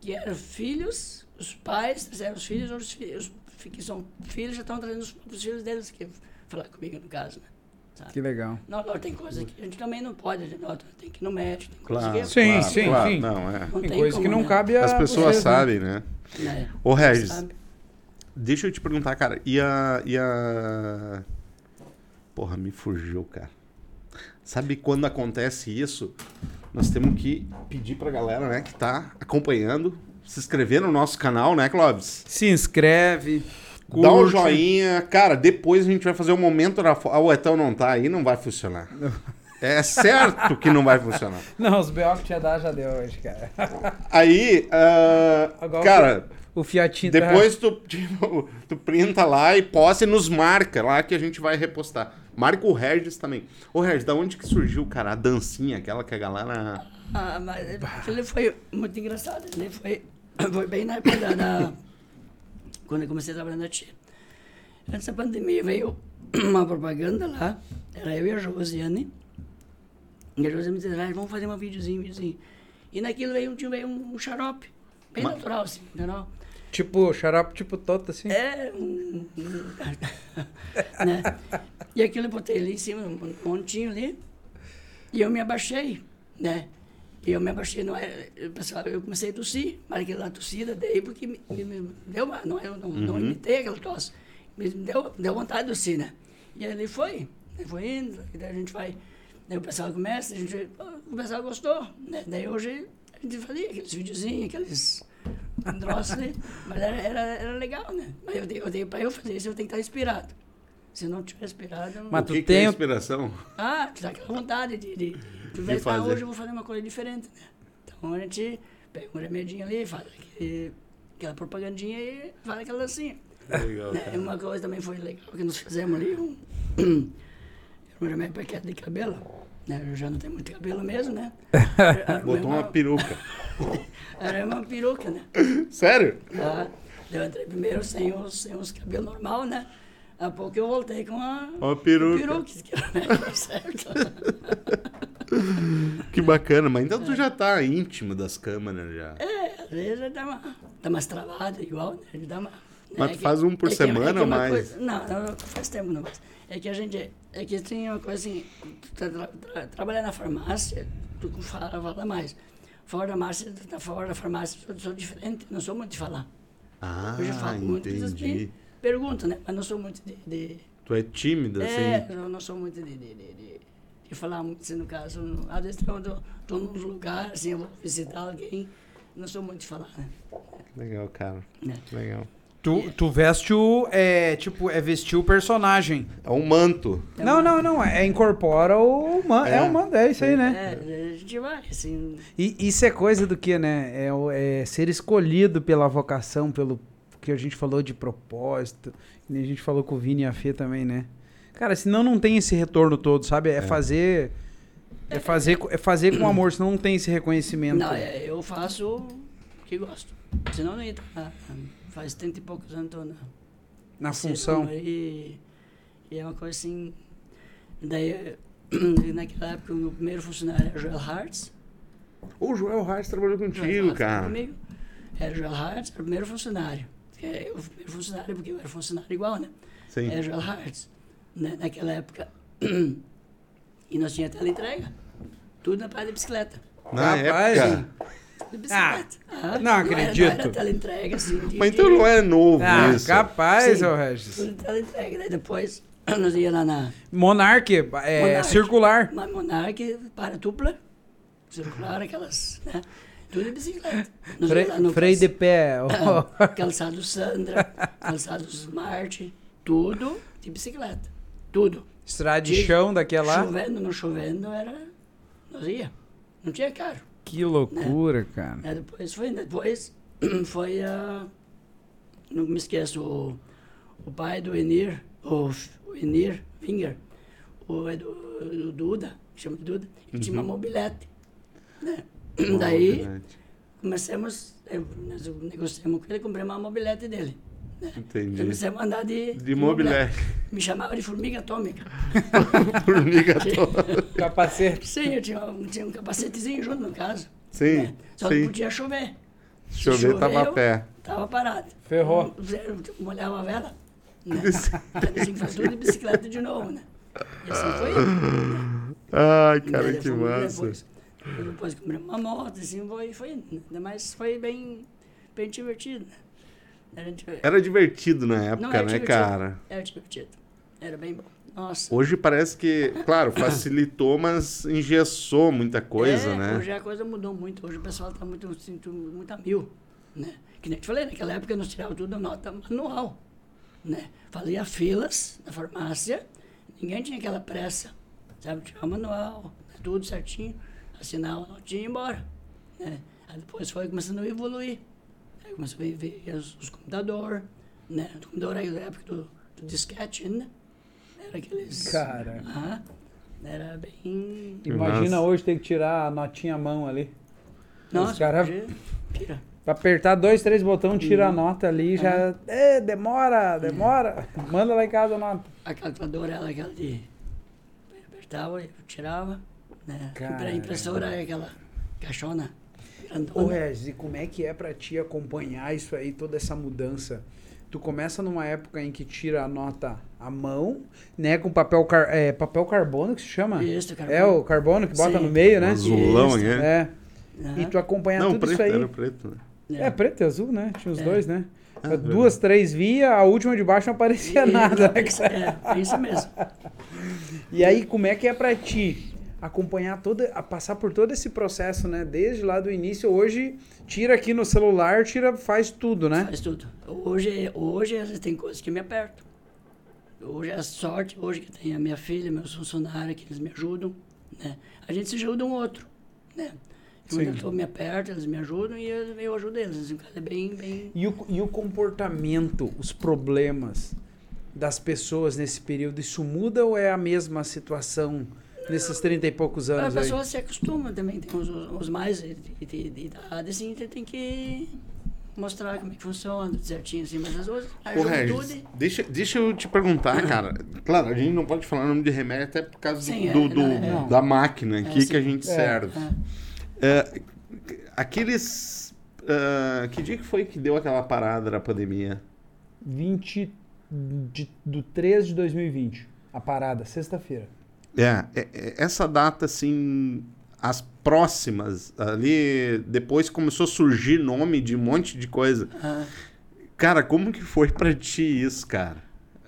que eram filhos, os pais trazeram os filhos, os, fi os fi- que são filhos já estão trazendo os próprios filhos deles, que falar comigo no caso, né? Sabe?
Que legal.
Não, não, tem coisa que a gente também não pode, a gente não, tem que ir no médico, tem coisa
Claro,
que
Sim,
claro,
sim,
claro.
sim.
Não, é.
não
Tem
tem
coisa que
como,
não
né?
cabe a.
As pessoas
vocês, né?
sabem, né?
É,
Ô, Regis,
sabe?
deixa eu te perguntar, cara. E a. E a... Porra, me fugiu, cara. Sabe quando acontece isso? Nós temos que pedir pra galera, né, que tá acompanhando, se inscrever no nosso canal, né, Clóvis?
Se inscreve.
Dá um
curte.
joinha. Cara, depois a gente vai fazer o momento da foto. Ah, o Etão não tá aí, não vai funcionar. É certo que não vai funcionar.
Não, os B.O. que tinha dado já deu hoje, cara.
Aí, ah,
Agora
cara,
O Fiatinho tá-
depois tu, tipo, tu printa lá e posta e nos marca lá que a gente vai repostar. Marca o Regis também. Ô, Regis, da onde que surgiu, cara, a dancinha, aquela que a galera.
Ah, mas ele foi muito engraçado. Ele foi, foi bem na época da, da- Quando eu comecei a trabalhar na Tia. Antes da pandemia veio uma propaganda lá. Era eu e a Josiane. E a Josiane me disse, "Ah, vamos fazer um videozinho, videozinho. E naquilo veio, um- veio um xarope. Bem
Mas-
natural, assim, natural.
Tipo, xarope tipo Toto, assim.
É um. um- né? E um aquilo eu botei ali em cima, um montinho ali. E eu me abaixei, né? E eu me abaixei, não era, eu, pessoal, eu comecei a tossir, mas aquela tossida daí, porque me, me- me deu, uma- não, é, eu não, não imitei aquela tosse, me deu, deu vontade de tossir, né? E ali foi, né? foi indo, e daí a gente vai, daí o pessoal começa, a gente, o pessoal gostou, né? Daí hoje a gente fazia aqueles videozinhos, aqueles troços ali, né? mas era, era, era legal, né? Mas eu, dei- eu dei para eu fazer isso, eu tenho que estar inspirado. Se eu não tiver inspirado, eu não...
Mas
o
tu
que, que
tem-
é inspiração?
Ah, dá aquela vontade de. de, de,
De
fazer. Ah,
fazer.
hoje eu vou fazer uma coisa diferente, né? Então a gente pega um remedinho ali, faz aquele, aquela propagandinha e faz aquela dancinha.
Tá Legal,
né? E
cara.
uma coisa também foi legal que nós fizemos ali, um, um remédio para queda de cabelo. Né? Eu já não tenho muito cabelo mesmo, né? Arrumei
Botou uma peruca.
Era uma peruca, né?
Sério?
Ah, eu entrei primeiro sem os, sem os cabelos normal, né? Há pouco eu voltei com a,
Uma peruca.
que é era o remédio certo.
Que bacana, mas então tu já tá íntimo das câmeras já.
É, às vezes ele dá, uma, dá umas travadas igual, né? Ele dá uma.
Mas
é
tu faz um por
que-
semana
que
ou
uma
mais?
coisa- não, não, não, faz tempo não. Mas é que a gente. É que tem uma coisa assim. tu Tra, tra- trabalhar na farmácia, tu fala, fala mais. Fora da farmácia, tu tá fora da farmácia, eu sou diferente, não sou muito de falar.
Ah,
Hoje eu falo muito, mas
entendi.
assim, pergunto, né? Mas não sou muito de. de
Tu é tímida,
é,
assim?
eu não sou muito de. de, de, de de falar muito, assim, no caso, no- às vezes quando estou num lugar, assim, eu vou visitar alguém, não sou muito de falar, né?
Legal, cara.
Né?
Legal.
Tu, tu veste o. É, tipo, é vestir o personagem.
É um manto.
É
não,
uma-
não, não. É incorpora o man, é.
É.
o mando, é isso aí, né?
É, a gente vai, assim.
E isso é coisa do que, né? É, o- é ser escolhido pela vocação, pelo que a gente falou de propósito. E a gente falou com o Vini e a Fê também, né? Cara, senão não tem esse retorno todo, sabe? É, fazer. É fazer, co- é fazer com amor, senão não tem esse reconhecimento.
Não, é, eu faço o que gosto. Senão não ia estar. lá. Faz trinta e poucos anos tô na,
na
nesse
função.
ramo aí, E, é uma coisa assim. Daí, eh, naquela época, o meu primeiro funcionário era Joel Hartz.
Ô, O Joel Reis trabalhou
Joel
contigo,
Hartz
cara.
Comigo. Era Joel Hartz, era o primeiro funcionário. É, o primeiro funcionário, porque eu era funcionário igual, né?
Sim.
É Joel Hartz, né, naquela época. E nós tínhamos tela entrega. Tudo na parte de bicicleta.
Na
Rapaz,
época.
De bicicleta. Ah,
não
Era, não
acredito.
era teleentrega, assim. de-
Mas então
de-
não é novo
Ah,
isso.
capaz,
Sim.
ô Regis.
Tudo teleentrega, daí depois nós ia lá na
Monarque, é
Monarque.
circular.
na Monark, para dupla, circular, aquelas, né? Tudo de bicicleta. Nós
Fre
ia lá no
freio de
calça-
pé. ô.
Calçado Sandra, calçado Smart, tudo de bicicleta. Tudo.
Estrada de
De-
chão daquela.
Chovendo, não chovendo, era... Nós ia. Não tinha carro.
Que loucura, cara.
Aí depois foi, depois foi a. Não me esqueço, o, o pai do Enir, o, F- o Enir Finger, o, Edu- o Duda, que chama de Duda, ele tinha uma mobilete. né? Daí
Verdade.
começamos, eu, nós negociamos com ele, compramos uma mobilete dele.
Entendi.
Começamos a andar de.
De é. mobilete.
Me chamava de formiga atômica.
Formiga toda.
Capacete.
Sim, eu tinha, um- tinha um capacetezinho junto, no caso.
Sim,
né? Só não
sim.
podia chover.
Deixa eu ver, tava a
Choveu,
pé.
Tava parado. Um
Ferrou.
Zero, Molhava a vela. Né? Então, assim, faz tudo de bicicleta de novo, né? E assim foi. Daí,
Ai, Ah, cara, que
fomos
massa.
Depois, depois compramos uma moto, assim, foi, foi indo, né? Mas foi bem, bem divertido, né? A gente-
Era divertido na
não,
época,
era
né,
divertido,
cara?
Era divertido. Era bem bom. Nossa.
Hoje parece que, claro, facilitou, mas engessou muita coisa,
É,
né?
Hoje a coisa mudou muito. Hoje o pessoal está muito, assim, tu- muito a mil. Né? Que nem eu te falei, naquela época nós tirávamos tudo nota manual. Né? Fazia filas na farmácia, ninguém tinha aquela pressa. Sabe, tirava o manual, né? tudo certinho, assinava a notinha e ia embora. Né? Aí depois foi começando a evoluir. Aí começou a ver os, os computadores, né? O computador aí da época do, do disquete ainda. Era aqueles.
Cara.
Ah, era bem.
Imagina
Nossa.
hoje ter que tirar a notinha à mão ali. Os cara-
hoje- Pira.
Pra apertar dois, três botões, tira a nota ali, já. É, demora, demora. Manda lá em casa a nota.
A calculadora era aquela de. Apertava, eu tirava. Né?
Cara.
A impressora era aquela caixona.
Ô,
grandona.
Regis, e como é que é pra ti acompanhar isso aí, toda essa mudança? Tu começa numa época em que tira a nota à mão, né? Com papel, car é, papel carbono que se chama?
Isso, carbono.
É o carbono que bota
Sim.
no meio, né?
Azulão,
Isso,
né?
É.
Aham.
E tu acompanhar
Não, o
tudo
preto,
isso aí.
era o preto, né?
É, preto e azul, né? Tinha os
É.
dois, né?
Ah, é
Duas, três via, a última de baixo não aparecia nada. Né?
É, é isso mesmo.
E aí, como é que é pra ti acompanhar toda, a passar por todo esse processo, né? Desde lá do início, hoje, tira aqui no celular, tira, faz tudo, né?
Faz tudo. Hoje, hoje às vezes, tem coisas que me apertam. Hoje é a sorte, hoje que tem a minha filha, meus funcionários, que eles me ajudam. Né? A gente se ajuda um outro. Né? Eu,
Sim.
eu tô, me aperto, eles me ajudam e eu, eu ajudo eles. Assim, cara, é bem, bem...
E o, e o comportamento, os problemas das pessoas nesse período, isso muda ou é a mesma situação nesses 30 e poucos
A
anos aí?
pessoa se acostuma também, tem os, os os mais de, de, de, de idade, assim, tem tem que mostrar como é que funciona, tudo certinho, assim, mas as outras, a
Ô, Regis,
juventude...
deixa, deixa eu te perguntar, cara. Claro, a gente não pode falar o nome de remédio até por causa
Sim, é,
do, do-
não,
é.
da máquina
É,
aqui
sim.
que a gente
É,
serve.
é.
É, aqueles. ah, que dia que foi que deu aquela parada da pandemia?
20 de, do 3 de 2020, a parada, sexta-feira.
É, é, é, essa data, assim, as próximas ali, depois começou a surgir nome de um monte de coisa.
Ah.
Cara, como que foi pra ti isso, cara?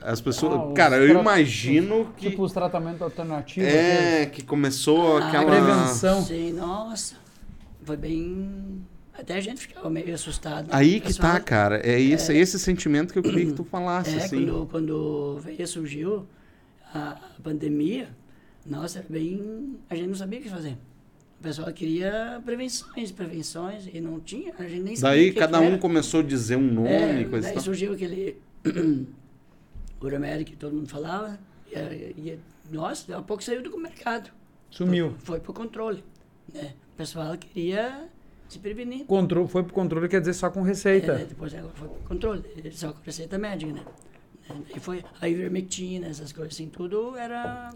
As pessoas.
Ah, os
cara, eu
tra-
imagino que.
Tipo os tratamentos alternativos.
é, que começou
Ah,
aquela.
prevenção.
Sim, nossa. Foi bem. Até a gente ficava meio assustado. né,
Aí que
Pessoal,
tá, cara. É esse, esse sentimento que eu queria que tu falasse,
É,
assim.
quando, quando veio, surgiu a a pandemia, nossa, era bem. A gente não sabia o que fazer. O pessoal queria prevenções, prevenções, e não tinha, a gente nem sabia. o
Daí
que
cada
que
um
era.
começou a dizer um nome,
É,
coisa e
daí
tal.
surgiu aquele o remédio que todo mundo falava, e, e, e nossa, daqui a pouco saiu do mercado.
Sumiu.
Foi pro controle. Né? O pessoal queria se prevenir.
Controle, foi pro controle, quer dizer, só com receita.
É, depois ela foi pro controle, só com receita médica, né? E foi a ivermectina, essas coisas assim, tudo era.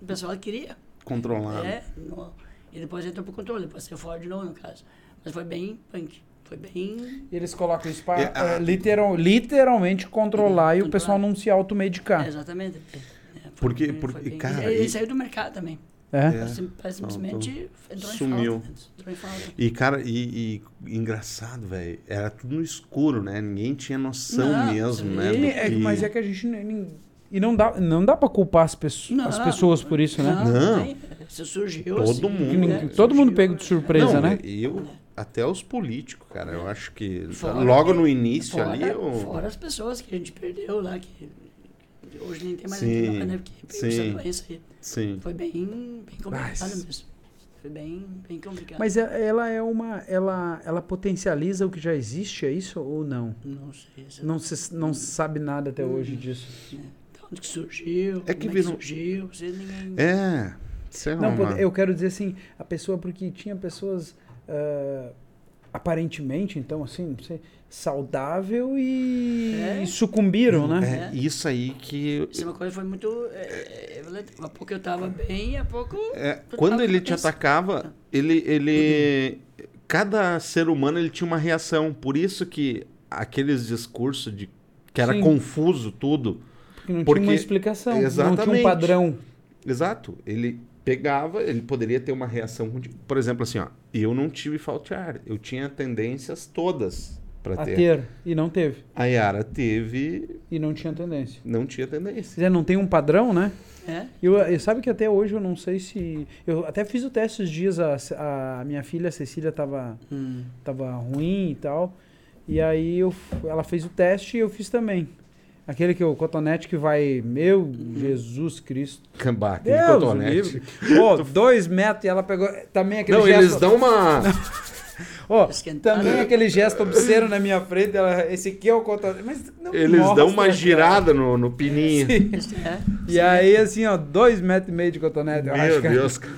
O pessoal queria.
Controlado.
É, no- e depois entrou pro controle, depois saiu fora de novo, no caso. Mas foi bem punk. Foi bem.
Eles colocam isso pra
É, a-
eh, literal- literalmente controlar e o
Controlar.
pessoal não se automedicar.
Exatamente. É, foi
Tá. Porque-
bem- foi
porque,
bem-
cara,
Ele, ele
e-
saiu do mercado também.
É.
É.
Sim- Simplesmente entrou em
Sumiu.
falta. né? Entrou em falta.
E, cara, e, e engraçado, velho. Era tudo no escuro, né? Ninguém tinha noção
Não,
mesmo,
sim.
né? do
E é-
que-
mas é que a gente. nem- nem- E não dá, não dá pra culpar as, pesso-
Não,
as pessoas por isso, né?
Não,
Não.
tem. Isso surgiu.
Todo
assim,
mundo.
né?
Que Todo mundo
Surgiu,
pego de
é.
surpresa,
Não,
né?
e Eu, até os políticos, cara. Eu acho que
Fora-
logo no início
fora,
ali. é um Eu...
fora as pessoas que a gente perdeu lá, que que hoje nem tem mais
Sim,
aqui, não, né? Porque pegou
sim.
essa doença aí.
Sim.
Foi bem, bem complicado
Mas-
mesmo. Foi bem, bem complicado.
Mas é- ela é uma. Ela, ela potencializa o que já existe, é isso ou não?
Não sei se é,
Não se não se sabe nada até hoje
Hum.
disso.
de onde que surgiu,
É que
como
virou-
é que surgiu, se ninguém...
É. Sei lá.
Não, pode-
mano.
eu quero dizer assim, a pessoa, porque tinha pessoas ah, aparentemente, então, assim, não sei, saudável e
É.
e sucumbiram, né?
É isso aí que.
Isso é uma coisa foi muito... É, é, violenta. a pouco eu tava bem, a pouco...
É,
Total
quando ele te
cabeça.
atacava, ele, ele, cada ser humano ele tinha uma reação. Por isso que aqueles discursos de que era
Sim.
confuso tudo.
Porque não
Porque-
tinha uma explicação, não tinha um
Exatamente.
padrão.
Exato. Ele pegava, ele poderia ter uma reação. com- Por exemplo, assim, ó, eu não tive faltear. Eu tinha tendências todas para
A
ter.
ter, e não teve.
A Yara teve,
E não tinha tendência.
não tinha tendência.
Quer dizer, não tem um padrão, né?
É,
Eu, eu- sabe que até hoje eu não sei se. Eu até fiz o teste esses dias, a, a minha filha a Cecília tava, tava ruim e tal. E aí eu, f- ela fez o teste e eu fiz também. Aquele que é o cotonete que vai. Meu Jesus Cristo.
Cambá, aquele
Deus
cotonete.
livre. Pô, dois metros e ela pegou. Também aquele
Não,
gesto.
eles dão uma.
ó,
Esquentada.
também aquele gesto obsceno na minha frente. Ela, esse aqui é o cotonete. Mas não
Eles
mostra, é.
dão uma
cara.
girada no, no pininho.
isso é.
E aí, assim, ó, dois metros e meio de cotonete. eu acho, é.
Meu
cara.
Deus, cara.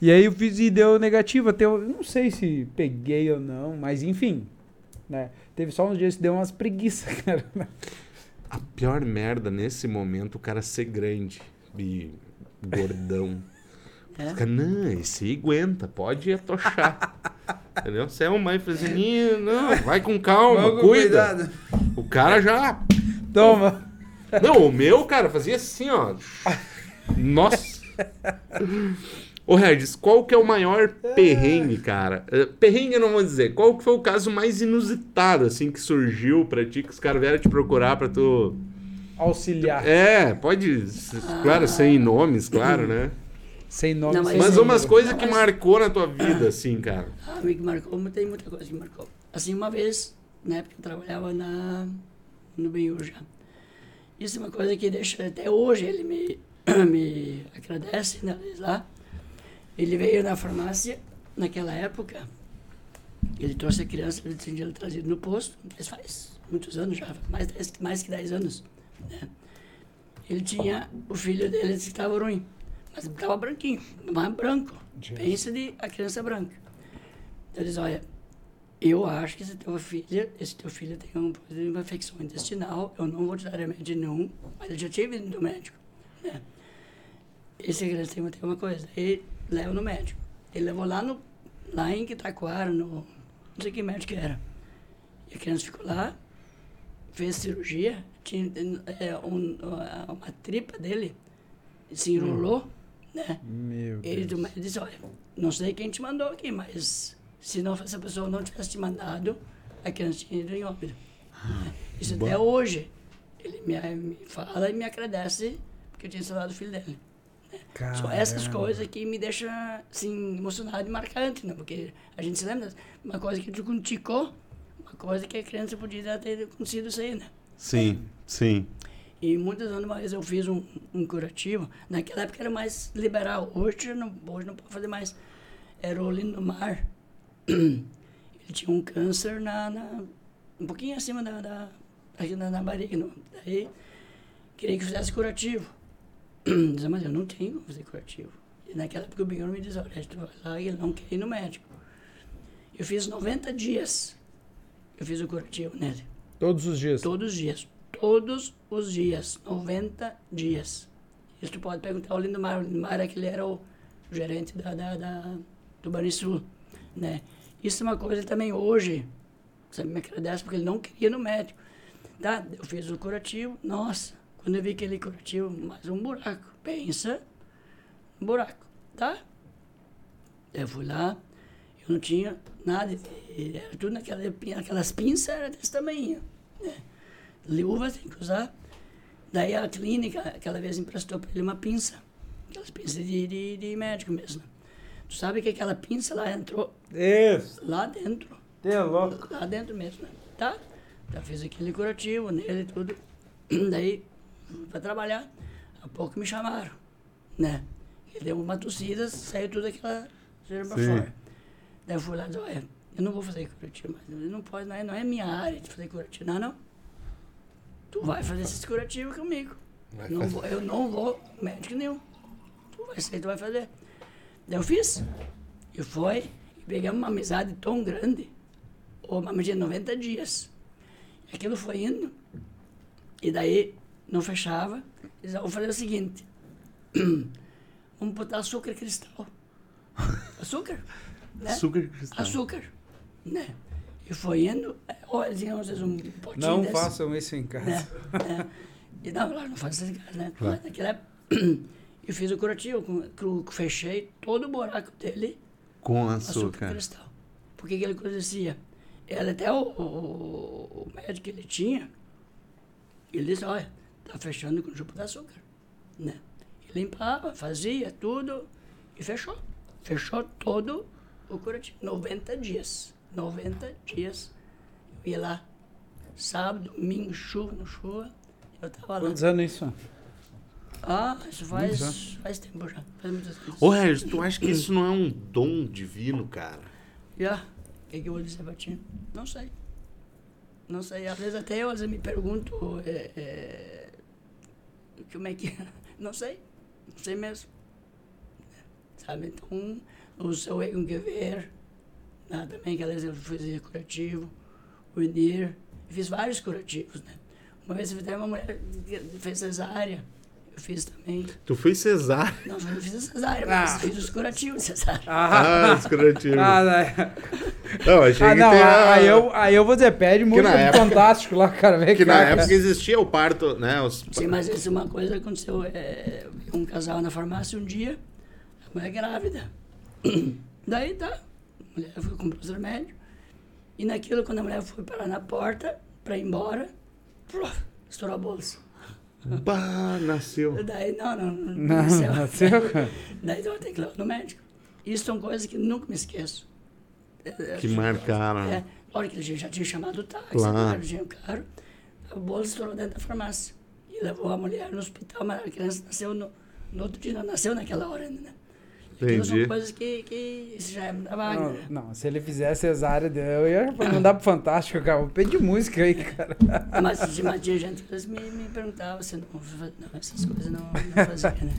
E aí eu fiz e deu negativo, até eu eu não sei se peguei ou não, mas enfim, né? Teve só uns dias que deu umas preguiças, cara.
A pior merda nesse momento, o cara ser grande e gordão.
É.
Fica, não, esse aguenta, pode atochar. Entendeu? Você é
um
uma mãe fala assim, "Ih, não, vai com calma,
Vamos com
cuida. O cara já.
Toma.
Não, o meu, cara, fazia assim, ó. Nossa.
Ô Regis, qual que é o maior perrengue, cara? Eh, Perrengue eu não vou dizer. Qual que foi o caso mais inusitado, assim, que surgiu pra ti, que os caras vieram te procurar pra tu...
Auxiliar.
É, pode... s- Claro, sem nomes, claro, né?
Sem nome,
Não,
sem
mas-
Mas
número.
umas coisas que
Mas-
marcou na tua vida, assim, cara.
Ah, me marcou, mas tem muita coisa que marcou. Assim, uma vez, na época eu trabalhava na, no Benhur já. Isso é uma coisa que deixa, até hoje ele me, me agradece, né, lá. Ele veio na farmácia, naquela época, ele trouxe a criança, ele tinha ele trazido no posto, isso faz muitos anos já, mais, dez- mais que 10 anos. Né? Ele tinha, o filho dele disse que estava ruim, mas estava branquinho, mas branco.
Jesus.
Pensa de a criança branca. Ele diz, olha, eu acho que esse teu filho, esse teu filho tem uma, uma infecção intestinal, eu não vou te dar remédio nenhum, mas eu já tive ido no médico. Né? Esse criança tem uma- tem uma coisa, ele leva no médico. Ele levou lá, no, lá em Quitaquara, no, não sei que médico que era. E a criança ficou lá, fez cirurgia, tinha eh, um- uma tripa dele, se enrolou, né?
Meu
Ele do
Deus.
médico disse, olha, não sei quem te mandou aqui, mas se não, se a pessoa não tivesse te mandado, a criança tinha ido em óbito. Isso até hoje. Ele me, me fala e me agradece porque eu tinha salvado o filho dele. Só essas
Caramba.
coisas que me deixam assim, emocionado e marcante, né? Porque a gente se lembra uma coisa que tu ticou, uma coisa que a criança podia ter acontecido isso aí, né?
Sim, sim.
E muitos anos mais eu fiz um, um curativo. Naquela época era mais liberal. Hoje não, hoje não pode fazer mais. Era o Lindomar. Ele tinha um câncer na, na- um pouquinho acima da, da, aqui na, na barriga. não. Daí queria que fizesse curativo. Diz, mas eu não tenho como fazer curativo. E naquela época o Benhor me diz, olha, tu vai lá e ele não quer ir no médico. Eu fiz 90 dias. Eu fiz o curativo nele.
Todos os dias.
Todos os dias. Todos os dias. 90 dias. Isso tu pode perguntar ao Lindomar. O Lindomar é que ele era o gerente da, da, da- do Banisul, né? Isso é uma coisa também hoje, você me agradece, porque ele não queria ir no médico. Tá, eu fiz o curativo, nossa, quando eu vi aquele curativo, mais um buraco. Pensa, um buraco, tá? Eu fui lá, eu não tinha nada, de- era tudo naquela, aquelas pinças, era desse tamanho luva, tem que usar. Daí a clínica, aquela vez, emprestou para ele uma pinça. Aquelas pinças de, de, de médico mesmo. Tu sabe que aquela pinça lá entrou
Isso.
lá dentro,
É louco.
lá dentro mesmo, né? tá? Já fiz aquele curativo nele e tudo. Daí, para trabalhar, há pouco me chamaram, né? Ele deu uma tossida, saiu tudo aquela sujeira pra
Sim.
fora. Daí eu fui lá e disse, olha, eu não vou fazer curativo, mas ele não pode, não é, não é minha área de fazer curativo, não, não. Tu vai fazer esse curativo comigo. Não vou- eu não vou médico nenhum. Tu vai ser, tu vai fazer. Daí eu fiz. E foi. E pegamos uma amizade tão grande. Ou uma amizade de 90 dias. E aquilo foi indo. E daí não fechava. Eles vão fazer o seguinte. Vamos botar açúcar cristal. Açúcar? né?
Açúcar cristal.
Açúcar. Né? E foi indo. é, Olha, tinha às vezes um potinho
Não
desse
façam isso em
né?
casa.
É. E não, lá não faz essas coisas, né? Mas naquela época, eu fiz o curativo, com, com, com- fechei todo o buraco dele
Com
é açúcar,
açúcar.
cristal. Porque que ele acontecia? Ele até o, o- o médico que ele tinha, ele disse, olha, tá fechando com chupa de açúcar, né? E limpava, fazia tudo e fechou. Fechou todo o curativo. 90 dias. 90 dias. Eu ia lá, sábado, domingo, chuva, não chuva, eu tava lá.
Quantos anos isso?
Ah, isso faz,
anos?
faz tempo já, faz muitas coisas.
Ô Regis, tu acha que isso não é um dom divino, cara?
Já. O que, que eu vou dizer pra ti? Não sei. Não sei. Às vezes até eu às vezes me pergunto é, é, como é que é. Não sei. Não sei mesmo. Sabe? Então, o seu Egon Guever, né? também que às vezes eu fiz curativo, o Inir, fiz vários curativos, né? Uma vez eu até uma mulher que fez cesárea, eu fiz também.
Tu fez cesárea.
Não, eu não fiz a cesárea,
Ah.
mas fiz os curativos de cesárea.
Ah,
Ah, escrotinho.
ah, né?
Não, achei
Ah,
que
não,
tem a-
aí eu, aí eu vou dizer, pede música
na
do
época-
fantástico lá, cara. Vem
Que
cá,
na
cara.
época existia o parto, né? Os...
Sim, mas isso é uma coisa que aconteceu. é, um casal na farmácia um dia, mulher grávida. Daí tá, a mulher foi comprar os remédios. E naquilo, quando a mulher foi parar na porta pra ir embora, pluf, estourou a bolsa.
Bah, nasceu.
Daí, não, não, não, não
Não,
nasceu.
nasceu, cara.
Daí eu tenho que levar no médico. Isso são coisas que nunca me esqueço. É,
Que marcaram.
Ah.
É, olha que ele já tinha chamado o táxi,
Claro.
claro. tinha o carro. O bolo estourou dentro da farmácia. E levou a mulher no hospital, mas a criança nasceu no, no outro dia, não nasceu naquela hora ainda, né? Aquilo
Entendi.
São coisas que, que isso já é da Wagner. né?
Não, não, se ele fizesse cesárea, eu ia mandar pro Fantástico, cara. Vou pedir música aí, cara.
Ah, Mas de magia a gente às vezes, me, me perguntava se eu não, não, essas coisas não, não fazia, né?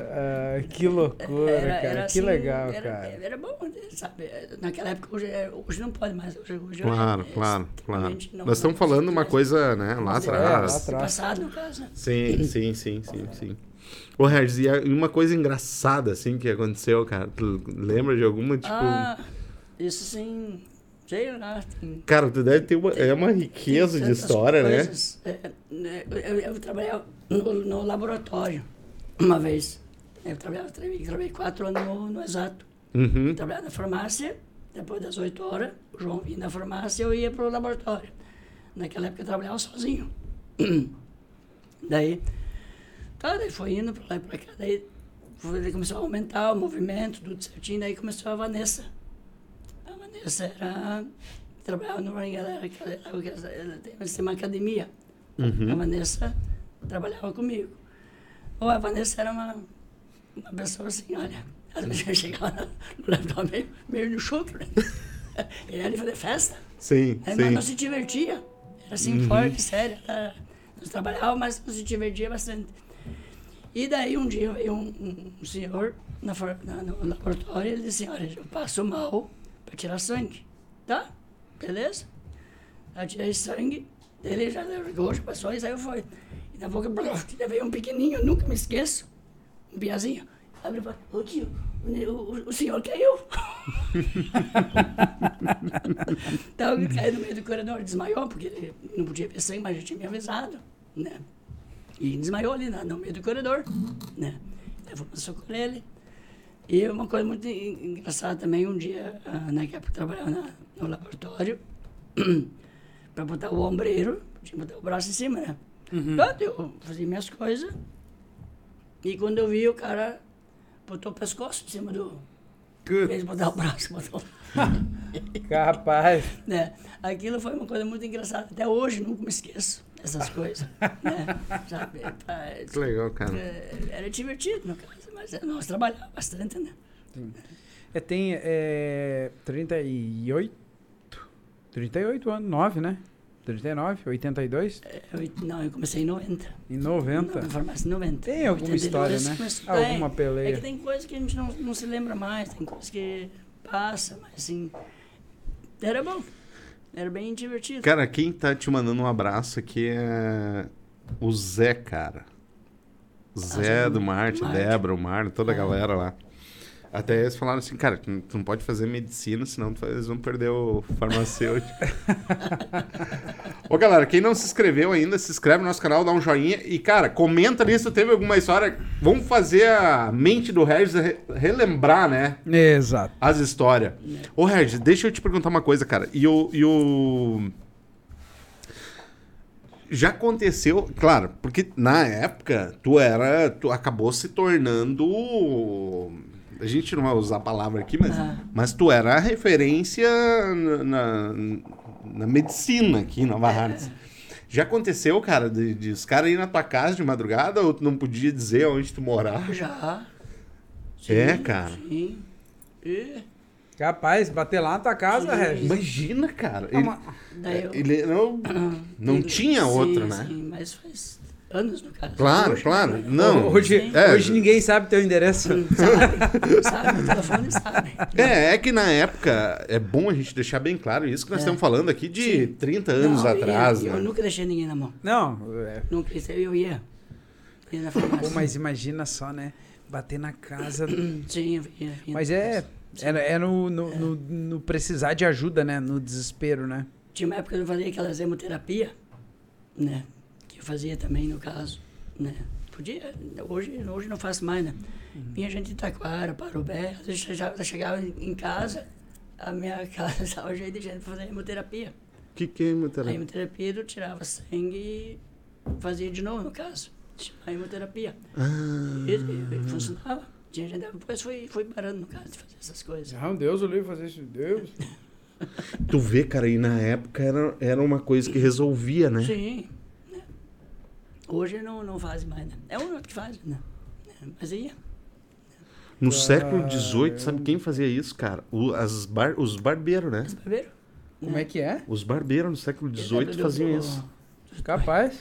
Ah, que loucura, cara. que
assim,
legal,
era,
cara.
Era bom, né? sabe? Naquela época, hoje, é- hoje não pode mais. Hoje, hoje
Claro,
é
claro, claro.
extremamente não-
Nós estamos
não-
falando uma coisa, né, lá
Mas é, lá
atrás.
atrás.
Passado, no caso, né?
Sim, sim, sim, sim, sim. Ô, Regis, e a- e uma coisa engraçada, assim, que aconteceu, cara. Tu lembra de alguma, tipo...
Ah, isso sim, sei lá. Tem,
Cara, tu deve ter uma... É uma riqueza de
tantas
história, né?
coisas. É, né, eu, eu trabalhava no, no laboratório uma vez. Eu trabalhava, trabalhei, trabalhei quatro anos no, no exato.
Uhum.
Trabalhava na farmácia, depois das oito horas, o João vinha da farmácia, eu ia para o laboratório. Naquela época eu trabalhava sozinho. Daí, tá, daí foi indo para lá e para cá. Daí foi- daí começou a aumentar o movimento, tudo certinho. Daí começou a Vanessa. A Vanessa era. Trabalhava no Maringá, ela, era- ela, ela, ela tem- eles têm uma academia.
uhum.
Uhum.
A Vanessa trabalhava comigo. Ou a Vanessa era uma, uma pessoa assim, olha, ela já chegava na- no laptop meio, meio no chutro, né? Ele era de fazer festa.
Sim,
Aí, mas nós
sim.
se divertia. Era assim, forte, sério. Era... Nós trabalhávamos, mas nós se divertia bastante. E daí um dia veio um, um- um senhor na, for- na, no laboratório e ele disse, olha, eu passo mal para tirar sangue. Tá? Beleza? Aí tirei sangue, daí ele já largou as pessoas e saiu foi. E na boca, bluf, veio um pequenininho, nunca me esqueço. Um piazinho. Abre e fala, ô tio, o, ne- o, o senhor caiu. Então ele caiu no meio do corredor, desmaiou, porque ele não podia ver sangue, mas já tinha me avisado, né? E desmaiou ali na- no meio do corredor, né? Daí eu fui pra socorrer ele. E uma coisa muito en- engraçada também, um dia, ah, na época eu trabalhava na- no laboratório, para botar o ombreiro, tinha que botar o braço em cima, né? Pronto, eu fazia minhas coisas. E quando eu vi, o cara botou o pescoço em cima do... Em vez de botar o braço, botou o
Capaz.
né? Aquilo foi uma coisa muito engraçada. Até hoje nunca me esqueço dessas coisas. né? Sabe? É,
Que legal, cara.
é, Era divertido, no caso, mas é, nós trabalhávamos bastante, né?
É, tem é, 38? 38 anos, 9, né? 39, 82
É, Eu, não, eu comecei em 90.
e
Na
90.
farmácia em 90.
Tem alguma
82
história, né?
começou-
Alguma
É, é que
peleia.
tem coisa que a gente não, não se lembra mais, tem coisa que passa, mas assim. Era bom. Era bem divertido.
Cara, quem tá te mandando um abraço aqui é o Zé, cara. Zé
Zé
do Marte,
Marte.
Débora, o Mar, toda a
Ah.
galera lá. Até eles falaram assim, cara, tu tu não pode fazer medicina, senão tu- eles vão perder o farmacêutico. Ô galera, quem não se inscreveu ainda, se inscreve no nosso canal, dá um joinha. E cara, comenta ali se tu teve alguma história. Vamos fazer a mente do Regis re- relembrar, né?
Exato.
As histórias. Ô, Regis, deixa eu te perguntar uma coisa, cara. E o. E o... Já aconteceu, claro, porque na época tu era. Tu acabou se tornando. A gente não vai usar a palavra aqui, mas.
Ah.
Mas tu era a referência na, na, na medicina aqui em Nova Hartz. Já aconteceu, cara, de, de os caras ir na tua casa de madrugada ou tu não podia dizer onde tu morava?
Já.
É,
Sim,
cara.
Sim. E
Capaz, bater lá na tua casa,
Sim.
Regis.
Imagina, cara.
É uma-
daí eu. Ah,
Ele era o- Não tinha
sim,
outra, né?
Sim, mas faz anos no caso.
Claro,
Hoje,
claro.
né?
Não.
hoje,
é.
hoje ninguém sabe teu endereço.
Sabe, sabe, o telefone sabe.
É, é que na época é bom a gente deixar bem claro isso que nós
É.
estamos falando aqui de
Sim.
30 anos
Não, eu ia,
atrás,
Eu,
né?
nunca deixei ninguém na mão.
Não, é,
Nunca, isso aí eu ia. Ia na
pô,
farmácia.
mas imagina só, né? Bater na casa.
Sim, eu ia, ia na
Mas é.
farmácia.
É, é no, no, no- no precisar de ajuda, né? No desespero, né?
Tinha uma época que eu fazia aquelas hemoterapia, né? Que eu fazia também, no caso, né? Podia, hoje, hoje não faço mais, né?
Uhum.
Vinha gente de Itaquara, Parobé, às vezes eu já, já chegava em em casa, a minha casa estava cheia de gente para fazer hemoterapia.
Que que é
A
hemoterapia?
hemoterapia eu tirava sangue e fazia de novo, no caso. A hemoterapia.
Ah.
E, e-
Hum.
e funcionava. Tinha gente, depois foi, foi parando, no caso, de fazer essas coisas.
Ah, Deus, eu livro fazer isso. Deus.
Tu vê, cara, e na época era, era uma coisa que resolvia, né?
Sim. né? Hoje não, não faz mais, né? É um outro que faz, né? É, Mas aí,
No século XVIII, sabe quem fazia isso, cara? O- as bar- os barbeiros, né?
os barbeiros. né?
Como é que é?
Os barbeiros no século XVIII faziam isso.
Capaz?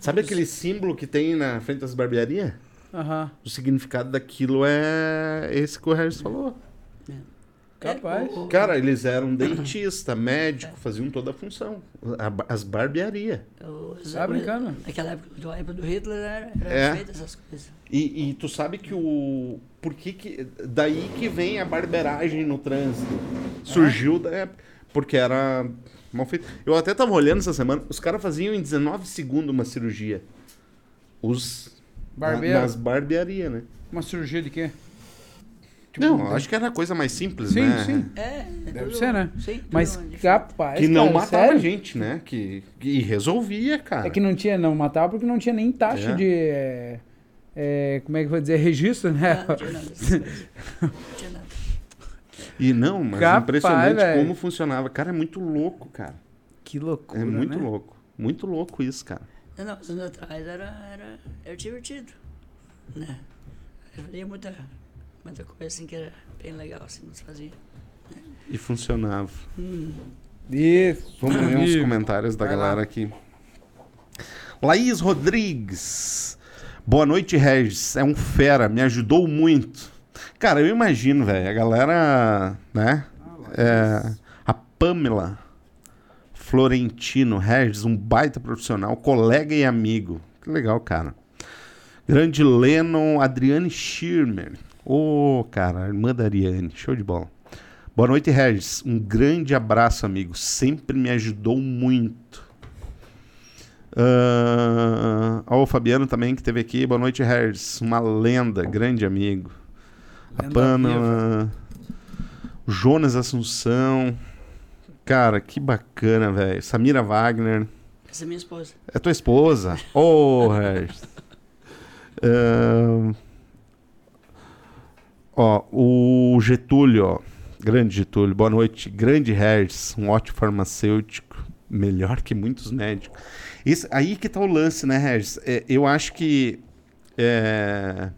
Sabe aquele símbolo que tem na frente das barbearias?
Aham.
O significado daquilo é esse que o Harris falou.
É,
Capaz.
Cara, eles eram dentista, médico, faziam toda a função. A ba- as barbearias.
Tá brincando?
Naquela época, do- época do Hitler né? era, era
É.
feita essas coisas.
E, e tu sabe que o. Por que que. Daí que vem a barberagem no trânsito. Surgiu da época. Porque era mal feito. Eu até tava olhando essa semana, os caras faziam em 19 segundos uma cirurgia. Os. na-
Barbeiro.
Nas barbearias, né?
Uma cirurgia de quê?
não, acho que era a coisa mais simples,
Tipo, né? Sim,
né?
sim.
É, é
Deve
tudo-
ser, né?
Sim, tudo
Mas
diferente.
capaz.
é Que não
cara,
matava
sério?
gente, né? Que, que resolvia, cara.
É que não tinha, não matava porque não tinha nem taxa
É.
de. é, é, como é que eu vou dizer? Registro, né?
Não, não tinha nada dessas coisas. Não tinha nada.
E não, mas
Capaz,
impressionante
velho.
como funcionava. Cara, é muito louco, cara.
Que loucura.
É muito
né?
louco. Muito louco isso, cara.
Não, não, uns anos atrás era, era, era divertido, né? Eu fazia muita, muita coisa assim que era bem legal, assim, nos fazia.
E funcionava.
Isso.
Vamos ler uns
Amigo.
comentários da
Vai lá.
galera aqui. Laís Rodrigues. Boa noite, Regis. É um fera, me ajudou muito. Cara, eu imagino, velho. A galera, né? É, a Pamela Florentino Regis, um baita profissional, colega e amigo. Que legal, cara. Grande Lennon, Adriane Schirmer. Ô, cara, irmã da Ariane. Show de bola. Boa noite, Regis. Um grande abraço, amigo. Sempre me ajudou muito. Ah, ó, o Fabiano também que teve aqui. Boa noite, Regis. Uma lenda, grande amigo. A
Lenda
Pamela. o Jonas Assunção. Cara, que bacana, velho. Samira Wagner.
Essa é minha esposa.
É tua esposa. Ô, Regis. Ahn, ó, o Getúlio, ó. Grande Getúlio, boa noite. Grande Regis, um ótimo farmacêutico. Melhor que muitos médicos. Isso, aí que tá o lance, né, Regis? É, eu acho que. é,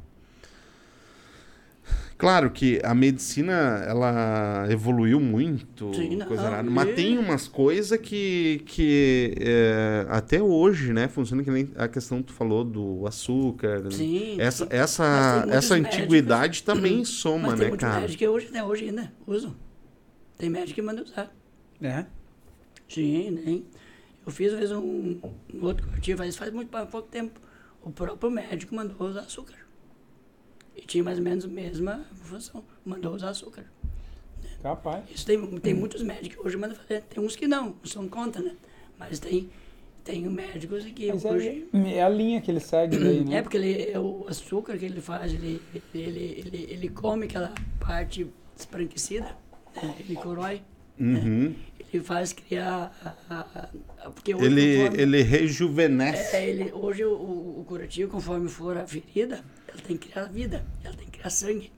Claro que a medicina ela evoluiu muito,
Sim, não,
coisa nada,
e-
mas tem umas coisas que, que é, até hoje, né, funciona que nem a questão que tu falou do açúcar. né?
Sim. sim.
Essa,
Mas tem
essa,
muitos
essa
médicos-
antiguidade também soma,
Mas tem
né,
muitos
cara?
médicos que hoje, até hoje ainda usam. Tem médico que manda usar.
né?
É.
Sim, tem. Eu fiz uma vez um, um outro que eu tive, mas faz muito pa- pouco tempo. O próprio médico mandou usar açúcar. E tinha mais ou menos a mesma função. Mandou usar açúcar.
É, Capaz.
Isso tem, tem muitos médicos que hoje mandam fazer. Tem uns que não, uns são contra, né? Mas tem, tem médicos que
Mas
hoje.
é, é a linha que ele segue daí,
É
né?
porque ele, é o açúcar que ele faz, ele, ele, ele, ele come aquela parte esbranquecida, né? ele corói, né?
Uhum.
ele faz criar. A, a- a- porque hoje,
Ele,
conforme-
ele rejuvenesce.
é, ele- hoje o, o- o curativo, conforme for a ferida, ela tem que criar vida, ela tem que criar sangue.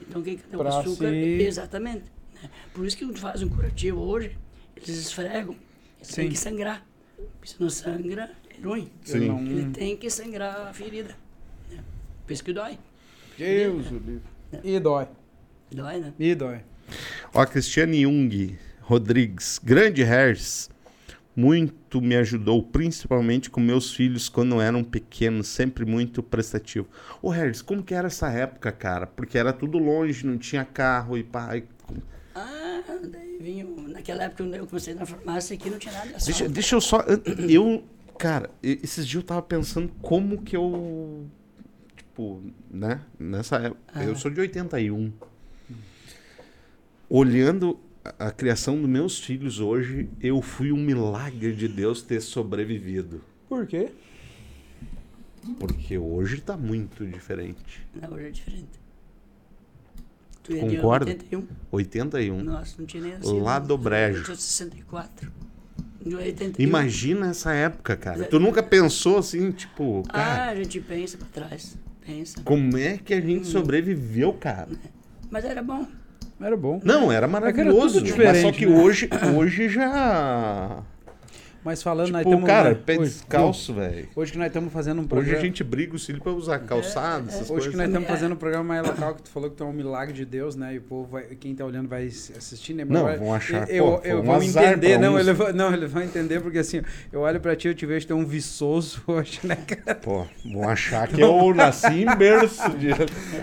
Então, quem que tem o
Pra
açúcar?
se-
Exatamente. né? Por isso que quando faz um curativo hoje, eles esfregam, ele
Sim.
tem que sangrar. Porque se não sangra, é ruim.
Sim.
Não-
Ele tem que sangrar a ferida. né? Por isso que dói.
Deus o livro. E dói.
Dói, né?
E dói.
Ó, a Cristiane Jung Rodrigues, grande Harris, muito me ajudou, principalmente com meus filhos quando eram pequenos, sempre muito prestativo. Ô Harris, como que era essa época, cara? Porque era tudo longe, não tinha carro e pai.
Ah, daí vinha. o- Naquela época, quando eu comecei na farmácia, aqui não tinha nada. só-
Deixa, deixa eu só. Eu. Cara, e- esses dias eu tava pensando como que eu. Tipo, né? Nessa época.
Ah.
Eu sou de 81. Olhando a- a criação dos meus filhos hoje, eu fui um milagre de Deus ter sobrevivido.
Por quê?
Porque hoje tá muito diferente.
Não, hoje é diferente. Tu
concorda?
De 81.
81.
Nossa, não tinha nem nascido.
Lá do Brejo.
Eu tinha 64. Em 81.
Imagina essa época, cara. Tu nunca pensou assim, tipo, cara,
Ah, a gente pensa pra trás. Pensa.
como é que a
Hum.
gente sobreviveu, cara?
Mas era bom.
Era bom.
Não, É era maravilhoso. mas
tudo
só
diferente,
que
né?
hoje, hoje já.
Mas falando, nós
Tipo,
estamos.
cara, pé
hoje,
descalço, velho.
Hoje que nós estamos fazendo um
Hoje
programa.
a gente briga o cílio pra usar calçado, essas
Hoje que
coisas.
nós estamos fazendo um programa mais local que tu falou que tu é um milagre de Deus, né? E o povo, vai, quem tá olhando vai se assistir, né? Mas
Não,
eu olho-
vão achar,
Eu,
pô,
eu,
foi um
vão
azar
entender,
pra
não,
uns.
ele vai, não, eles vão entender, porque assim, eu olho pra ti, eu te vejo, tu é um viçoso hoje, né, cara?
Pô, vão achar que eu nasci em berço. de-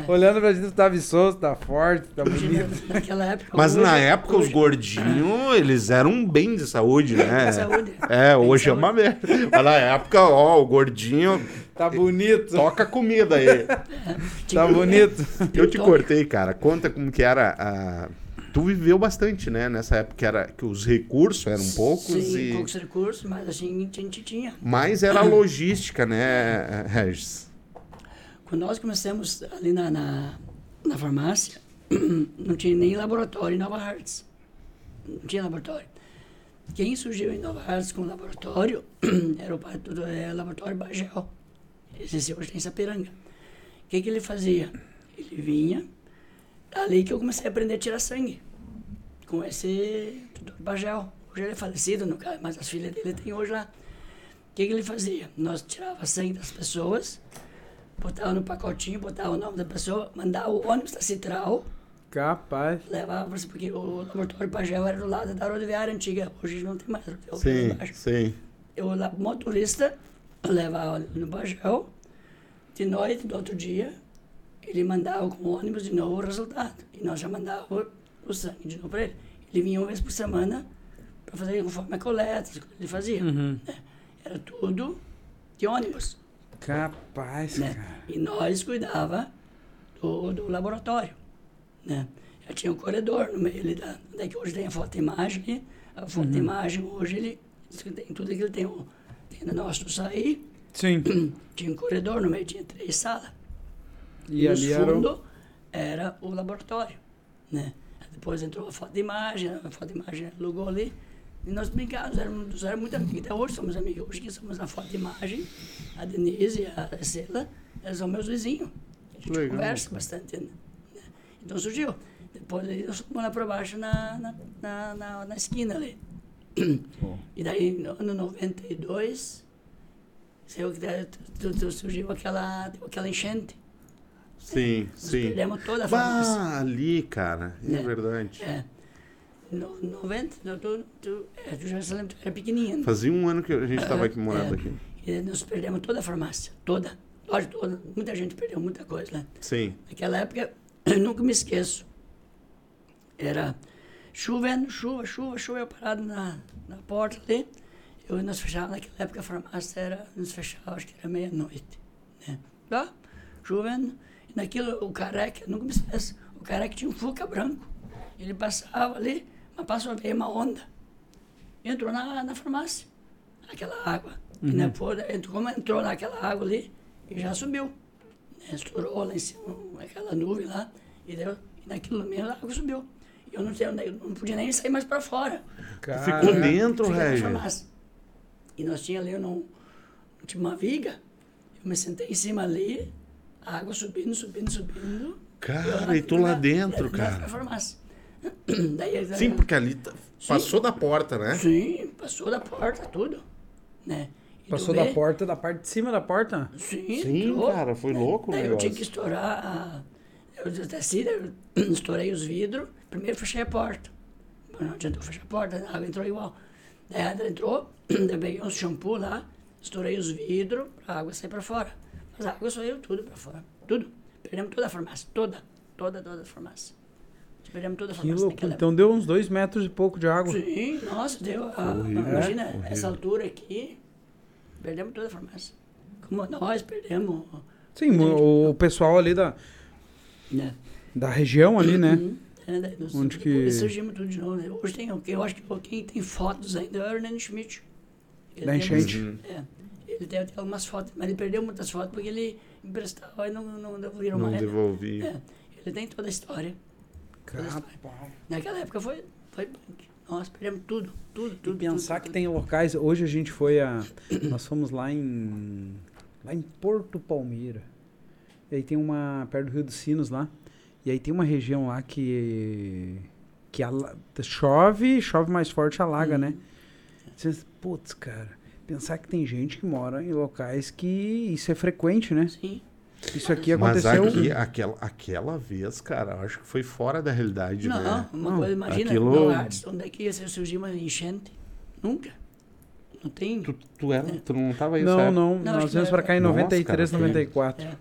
Olhando pra ti, tu tá viçoso, tá forte, tá
Imagina,
bonito.
naquela época.
Mas
hoje-
na época, os
hoje-
gordinhos, eles eram um bem de saúde, né?
Saúde.
É, hoje é
saúde.
uma merda. Mas na época, ó, o gordinho
Tá bonito,
toca comida aí.
tá
um
bonito.
Eu te
Então-
cortei, cara. Conta como que era a... Tu viveu bastante, né? Nessa época que, era, que os recursos eram poucos
Sim,
e...
poucos recursos, mas assim, a gente tinha.
Mas era a logística, né, Regis?
Quando nós começamos ali na, na, na farmácia, não tinha nem laboratório em Nova Hartz. Não tinha laboratório. Quem surgiu em Nova Hartz com laboratório era o pai do é, laboratório Bagel. Esse hoje tem Sapiranga. O que, que ele fazia? Ele vinha, ali que eu comecei a aprender a tirar sangue. Com esse doutor Bagel. Hoje ele é falecido, no caso, mas as filhas dele tem hoje lá. O que, que ele fazia? Nós tirava sangue das pessoas, botava no pacotinho, botava o nome da pessoa, mandava o ônibus da Citral,
Capaz.
levava, pra- porque o laboratório Pagel era do lado da rodoviária antiga, hoje não tem mais. rodoviária embaixo.
sim.
Eu, lá, o motorista levava no Pagel, de noite, do outro dia, ele mandava com o ônibus de novo o resultado. E nós já mandávamos o sangue de novo para ele. Ele vinha uma vez por semana para fazer conforme a coleta, as coisas que ele fazia.
Hum. Uhum.
né? Era tudo de ônibus
Capaz, cara.
né? E nós cuidava do, do laboratório, né? Já tinha um corredor no meio ali da, daí que hoje tem a foto e imagem, né? a foto e imagem hoje ele isso que tem tudo aquilo tem o tem no nosso sair,
Sim.
tinha um corredor no meio tinha três salas
E
no
ali era. o-
fundo era o laboratório, né? Depois entrou a foto de imagem, a foto de imagem alugou ali. E nós brincávamos, éramos, éramos muito amigos. Até hoje somos amigos. Hoje que somos a foto de imagem, a Denise e a Cela, elas são meus vizinhos. A gente
Legal.
conversa bastante. Né? Então surgiu. Depois ali, nós fomos lá para baixo na, na, na, na, na esquina ali. E daí, no ano 92, saiu que daí tu- tu- surgiu aquela, aquela enchente.
Sim, sim.
Perdemos toda a farmácia.
Bah, ali, cara. É,
É.
verdade.
É. No, 90, não, tu, tu, é, tu já se lembra, tu era pequenininho.
Fazia um ano que a gente tava aqui morando
É.
aqui.
E nós perdemos toda a farmácia, toda. Lógico, toda. Muita gente perdeu muita coisa, né?
Sim.
Naquela época, eu nunca me esqueço. Era chovendo, chuva, chuva, chuva, eu parado na, na porta ali. Eu e nós fechávamos, naquela época a farmácia era, nós fechávamos, acho que era meia-noite. Né? Lá, chovendo. E naquilo, o careca, eu nunca me esqueço, o careca tinha um fuca branco. Ele passava ali, mas passou veio uma onda. Entrou na, na farmácia, aquela água. E depois, entrou- como entrou naquela água ali, e já subiu né, estourou lá em cima, um, aquela nuvem lá, e, deu, e naquilo mesmo a água subiu. E eu não, tinha, eu não podia nem sair mais para fora.
Ficou
Cara.
dentro,
Fiquei na
Regis.
farmácia. E nós tinha ali, eu não, não tinha uma viga, eu me sentei em cima ali, a água subindo, subindo, subindo.
Cara, e tu lá
Na-
dentro,
na- Na
cara.
farmácia. Daí, daí,
Sim, porque ali tá- passou da porta, né?
Sim, passou da porta, tudo. Né? E tu
Passou
vê-
da porta, da parte de cima da porta?
Sim,
Sim,
entrou.
cara, foi louco o
Daí eu tinha
negócio.
que estourar a... Eu desci, daí eu estourei os vidros. Primeiro fechei a porta. Mas Não adiantou fechar a porta, a água entrou igual. Daí a água entrou, daí eu peguei um shampoo lá, estourei os vidros, a água saiu pra fora. Mas a água saiu tudo pra fora, tudo. Perdemos toda a farmácia, toda, toda, toda a farmácia. Perdemos toda a
Que
farmácia
louco.
naquela
Então deu uns dois metros e pouco de água.
Sim, nossa, deu. a- imagina essa altura aqui. Perdemos toda a farmácia. Como nós perdemos.
Sim, o, o pessoal ali da,
Né?
da região ali, né?
Uhum. É, daí nós-
Onde que-
depois surgimos tudo de novo. né? Hoje tem o que? Eu acho que quem tem fotos ainda é o Hernani Schmidt. Ele
Da
tem-
Uhum.
enchente.
É. Ele Ele deve ter algumas fotos, mas ele perdeu muitas fotos porque ele emprestava e não, não devolveram
Não
mais. né?
devolvi.
É, ele tem toda a história.
Uhum. Rapaz.
Naquela época foi, foi punk. Nós perdemos tudo, tudo,
E
tudo.
pensar que
tudo,
tem locais. Hoje a gente foi a. Nós fomos lá em. Lá em Porto Palmeira. E aí tem uma. Perto do Rio dos Sinos lá. E aí tem uma região lá que. Que ala- chove, chove mais forte, alaga, né?
Uhum.
Você- Putz, cara. Pensar que tem gente que mora em locais que isso é frequente, né?
tudo. Sim.
Isso aqui
Mas
aconteceu.
aqui, aquela, aquela vez, cara, eu acho que foi fora da realidade,
Não,
né?
uma
Não,
coisa, imagina,
aquilo-
não, Arts, onde é que ia surgir uma enchente? Nunca. Não tem.
Tu, tu, era, tu não tava aí,
Não,
certo?
não.
Não, acho
Nós
que
viemos
não
pra cá em
Nossa,
93,
cara,
94.
É.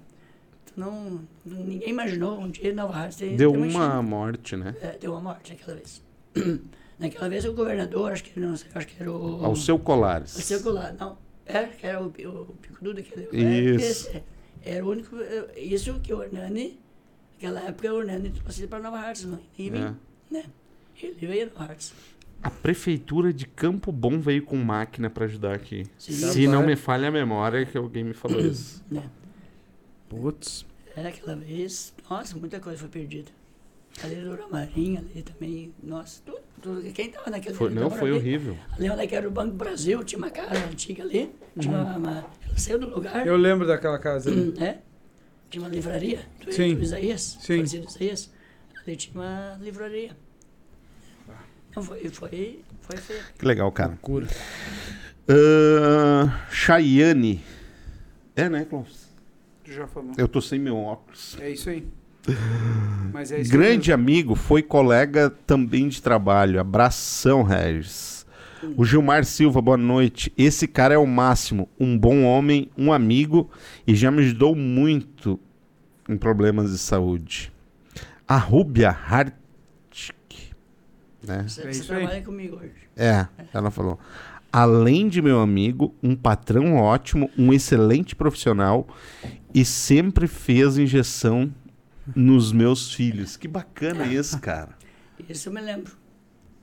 Tu não, ninguém imaginou um dia em Nova Hartz ter-
Deu
ter
uma morte, né?
enchente. É, deu uma morte naquela vez. naquela vez o governador, acho que, não, sei, acho que era o...
Ao seu Colares.
O circular, não. Era, era o, o picudo aquele.
Isso.
Era, é, esse, era o único. eh, Isso que o Hernani, naquela época, o Hernani trouxe ele para Nova Hartz, não. Ele,
É.
veio, né? ele veio a Nova Hartz.
A prefeitura de Campo Bom veio com máquina pra ajudar aqui.
Sim.
Se não me falha a memória, que alguém me falou isso.
Né?
Putz.
Era aquela vez. Nossa, muita coisa foi perdida. Ali do Uramarim, ali também. Nossa, tudo. tudo quem estava naquele
Foi-
ali
não,
tava
foi
ali.
horrível.
Ali onde é que era o Banco do Brasil, tinha uma casa antiga ali. Tinha uma, uma- Ela saiu do lugar.
Uhum. Eu lembro daquela casa. ali.
né? Tinha uma livraria do
Sim.
do Isaías,
Sim.
falecido Isaías. Ali tinha uma livraria.
Tá.
Não, foi, foi, foi feio.
É
Que legal, cara.
Loucura.
Ahn, Chayane. É, né, Klaus?
Tu já falou.
Eu tô sem meu óculos.
É isso aí. Mas é isso
Grande amigo, foi colega também de trabalho. Abração, Regis. O Gilmar Silva, boa noite. Esse cara é o máximo. Um bom homem, um amigo e já me ajudou muito em problemas de saúde. A Rúbia Hartk. Né?
Você,
É
você
isso aí.
trabalha comigo hoje.
É, ela falou. Além de meu amigo, um patrão ótimo, um excelente profissional e sempre fez injeção nos meus filhos. Que bacana isso, cara.
Isso eu me lembro.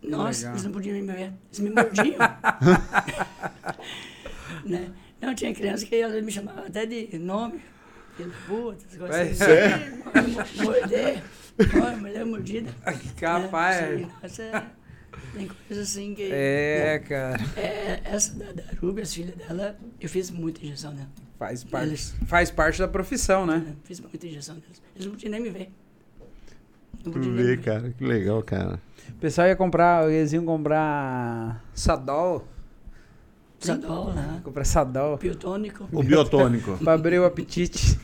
Nossa,
legal.
eles não podiam me ver. Eles me mordiam. né? Não, tinha criança que ela me chamava até de nome. Filho da puta, essas coisas.
É.
assim. Morder. Olha, mulher mordida.
Capaz.
Né? Isso aí, nossa, tem coisa assim que...
É, cara.
É, essa da, da Ruby, as filhas dela, eu fiz muita injeção nela.
Faz parte,
Eles- é,
faz parte da profissção, né?
Fiz muita injeção neles. Eles não podiam nem me ver. Não
Tu
podiam nem me
vê,
ver.
cara, que legal, cara.
O pessoal ia comprar, eles iam comprar Sadol,
Sadol, né?
comprar Sadol
Piotônico.
O biotônico.
pra abrir o apetite.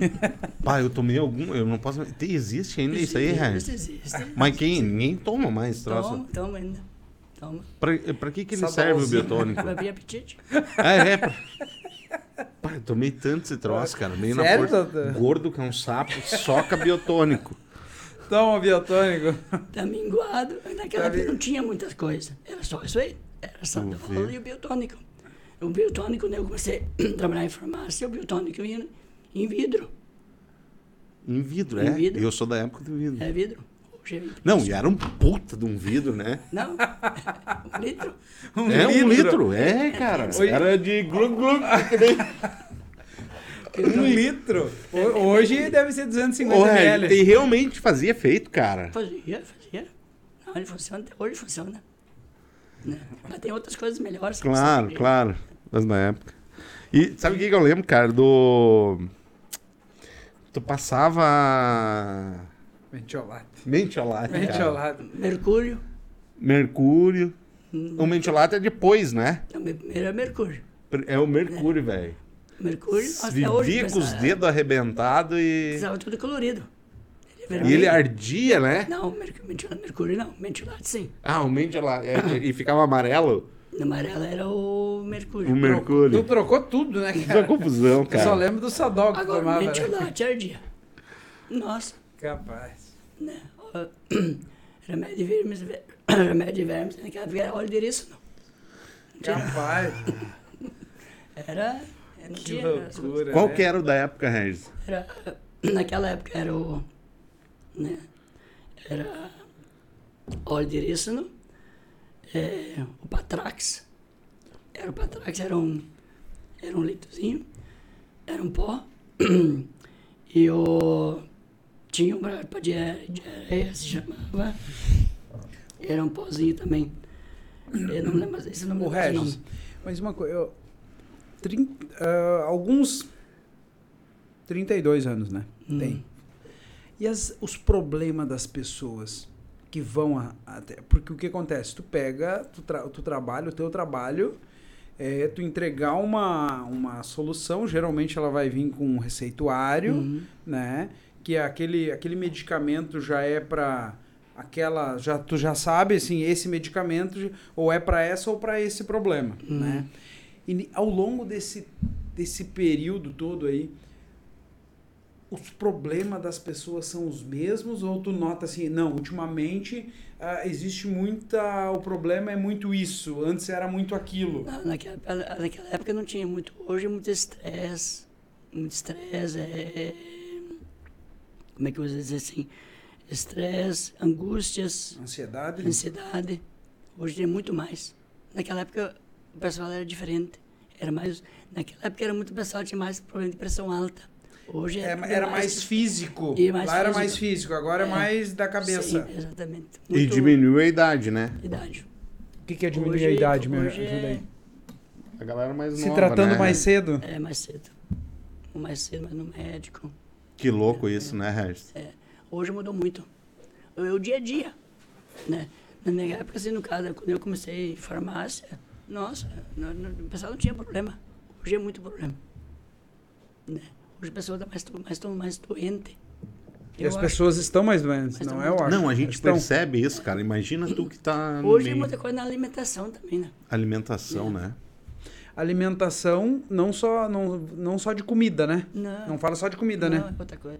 Pai, eu tomei algum, eu não posso. Tem- Existe ainda isso aí,
Isso
Regis?
existe.
Mas quem, ninguém toma mais esse troço.
Toma, toma ainda. Toma.
Pra, pra que, que ele
Só
serve o
bolsinha.
biotônico?
Vai abrir apetite.
É, é. pra- Pai, eu tomei tanto esse troço, cara. Meio na
Sério,
força.
doutor?
Gordo que é um sapo, soca biotônico.
Toma biotônico.
Tá minguado. Naquela
Tá
época
ming-
não tinha muitas coisas. Era só isso aí. Era Sadol
vê.
e o biotônico. O biotônico, né? Eu comecei a trabalhar em farmácia. O biotônico eu ia em vidro.
Em vidro,
Em
é.
Um vidro.
Eu sou da época do vidro.
É vidro. Hoje é vidro.
Não, e era um puta de um vidro, né?
Não. um litro.
é um litro, é, cara.
Oi.
Era de glu glu.
Um litro. Ho- Hoje deve ser 250
Ô, é, Regis,
ml.
E realmente fazia efeito, cara.
Fazia, fazia. Não, ele funciona, até hoje funciona. Né? Mas tem outras coisas melhores. que
Claro,
você-
claro. Mas na época. E sabe o que, que eu lembro, cara? Do. Tu passava.
Mentiolate.
Mentiolate. cara.
Mentiolate.
Mercúrio,
Mercúrio.
Hum.
O mentiolate é depois, né?
também primeiro é mercúrio.
É o mercúrio, velho.
Mercúrio, nossa, até hoje. é.
Vivia com os
pensa-
dedos arrebentados e.
Precisava tudo colorido. Ele é
E ele
vermelho.
ardia, né?
Não, mercúrio, mentira, mercúrio não. Mentilado, sim.
Ah, o Mendela. e ficava amarelo.
No amarelo era o mercúrio.
O
Tu
Mercúrio.
trocou tudo, né,
Uma
cara?
é confusão,
Eu só
cara.
lembro do Sadol que
Agora,
tomava. né?
mentilado, ardia. Nossa,
Capaz.
né? ó, Remédio de vermes, ver- remédio de vermes, né? naquela época era óleo de eríssino.
Capaz.
Era, era não
Que
tinha essas coisas.
loucura.
Qual
né?
que era o da época, Regis?
Era, naquela época era o. Né, era óleo de eríssino, é, o Patrax. Era o Patrax, era um. Era um leitozinho, era um pó. e eu tinha uma harpa de are- de areia, se chamava. Era um pozinho também. Eu não lembro esse nome.
O Regis. Mas uma coisa, eu... trin- ah, alguns 32 anos, né? Tem. E as- os problemas das pessoas que vão a- até... Porque o que acontece? Tu pega, tu, tra, tu trabalha, o teu trabalho, é tu entregar uma, uma solução, geralmente ela vai vir com um receituário,
Uhum.
né? Que é aquele, aquele medicamento já é pra aquela, já tu já sabe assim, esse medicamento ou é pra essa ou pra esse problema,
Uhum.
né? E ni- ao longo desse desse período todo aí, os problemas das pessoas são os mesmos ou tu nota assim, não, ultimamente ah, existe muita, o problema é muito isso, antes era muito aquilo.
Na- Naquela, na- naquela época não tinha muito. Hoje é muito estresse. Muito estresse. É... Como é que eu vou dizer assim? Estresse, angústias,
Ansiedade?
ansiedade. Hoje tem muito mais. Naquela época o pessoal era diferente. Era mais, naquela época era muito o pessoal tinha mais problema de pressão alta. Hoje é
É,
tudo
era mais físico.
E mais
Lá era
físico.
mais físico, agora é,
É.
mais da cabeça.
Sim, exatamente.
E diminuiu a idade, né?
idade.
O que, que é
Hoje-
diminuir a idade, meu?
hoje
Ajuda aí.
A galera mais
Se
nova,
tratando
né?
mais cedo?
É mais cedo. Mais cedo, mas no médico.
Que louco isso, né, Regis?
Hoje mudou muito. É O dia a dia, né? Na minha época, assim, no caso, quando eu comecei em farmácia, nossa, não- não- o pessoal não tinha problema. Hoje é muito problema. Né? Hoje a pessoa está mais, do- mais, do- mais doente.
E
Eu
as
acho.
pessoas estão mais doentes,
Mas
não
tão
é, eu
muito.
acho.
Não, a gente
Estão.
percebe isso, cara. Imagina tu que tá no
Hoje é
meio.
muita coisa na alimentação também, né?
alimentação, né?
Alimentação não só, não, não só de comida, né?
Não,
Não fala só de comida,
não,
né?
é outra coisa.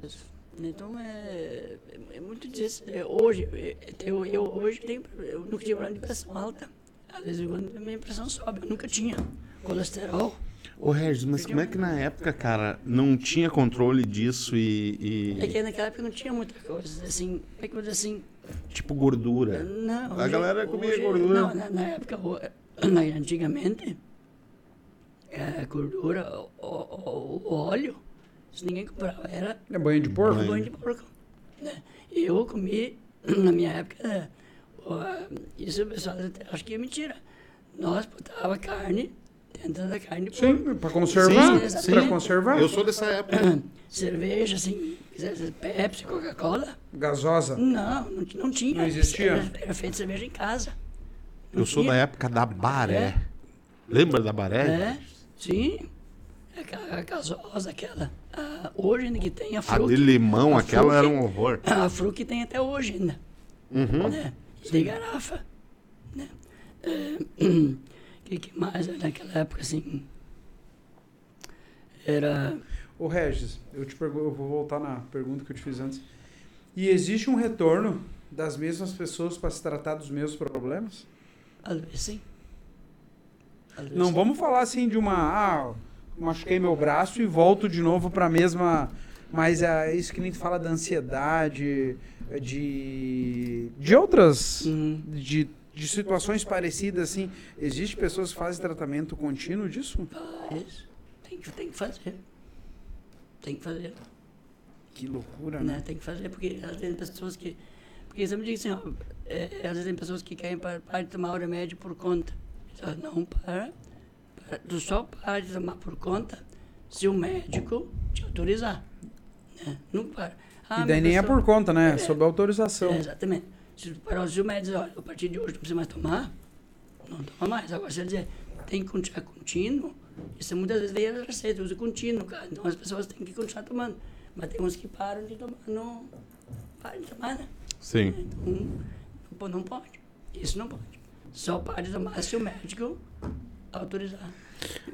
Então, é, é muito disso. É, hoje, é, eu, eu hoje tenho, eu nunca tive problema de pressão alta. Às vezes, quando minha pressão sobe, eu nunca tinha. Colesterol.
Ô, Regis, mas como é que na época, cara, não tinha controle disso e.
É
e-
que naquela época não tinha muita coisa, assim, como é que eu vou dizer assim,
tipo gordura?
não...
A galera comia
hoje-
gordura.
Não, na, na época, o- na- antigamente, é, gordura, o, o- o óleo, isso ninguém comprava, era
É banho de porco?
Banho.
banho de porco, né? E eu comi, na minha época, né, o- isso o pessoal até acha que é mentira, nós botava carne dentro da carne de porco,
Sim, pra conservar.
Sim, sim.
Pra conservar.
Eu sou dessa época.
né? cerveja, assim, quisesse Pepsi, Coca-Cola...
Gasosa.
Não, não, ti- não tinha.
Não existia?
Era, era feito cerveja em casa. Não
Eu sou da
tinha.
época da Baré.
É.
Lembra da Baré?
É, sim. É Aquela a gasosa, aquela. Ah, hoje ainda que tem a
A
fruta.
de limão,
A
aquela
Fruc.
era um horror.
A fruta que tem até hoje ainda.
Uhum. Hum?
Né? De garrafa. Né? O que, que mais era naquela época, assim? Era.
Ô Regis, eu, te pergu- eu vou voltar na pergunta que eu te fiz antes. E existe um retorno das mesmas pessoas para se tratar dos mesmos problemas?
Às vezes sim. Às vezes
Não
sim.
vamos falar assim de uma. Ah, machuquei meu braço e volto de novo para a mesma. Mas é isso que nem tu fala da ansiedade, é de. de outras.
Hum,
de, de situações parecidas assim. Existem pessoas que fazem tratamento contínuo disso?
faz. Tem, que- tem que fazer. Tem que fazer.
Que loucura, né?
né? Tem que fazer, porque às vezes tem pessoas que. Porque você me diz assim, ó, é, às vezes tem pessoas que querem parar de tomar o remédio por conta. Então, não, para, para. Tu só para de tomar por conta se o médico te autorizar. Né? Não para. Ah,
E
minha
daí nem é
pessoa-
por conta, né?
É.
Sob autorização.
É, exatamente. Se tu parar, se o médico dizer, olha, a partir de hoje não precisa mais tomar, não toma mais. Agora, se ele dizer, tem que continuar contínuo, isso muitas vezes vem as receitas, uso contínuo, cara. Então as pessoas têm que continuar tomando. Mas tem uns que param de tomar, não param de tomar, né?
Sim.
Então, pô, não pode. Isso não pode. Só pode tomar se o médico autorizar.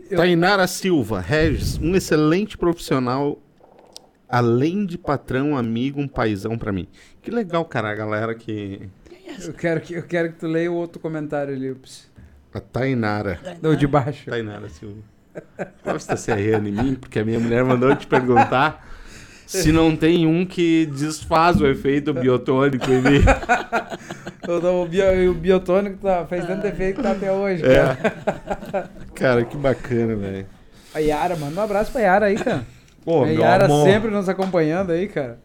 Tainara Silva, Regis, um excelente profissional, além de patrão, amigo, um paizão pra mim. Que legal, cara, a galera que.
É essa.
Eu quero, que, eu quero que tu leia o outro comentário ali, Ups.
A Tainara.
Tá.
Do de baixo.
Tainara Silva. Gosta se arreando em mim, porque a minha mulher mandou te perguntar se não tem um que desfaz o efeito biotônico em mim.
O, do- o, bio- o
Ah.
biotônico tá, fez tanto efeito que tá até hoje, cara.
É. Cara, que É. bacana, velho.
A Yara, manda um abraço pra Yara aí, cara.
Ô,
a
meu
Né, Yara
amor.
sempre nos acompanhando aí, cara.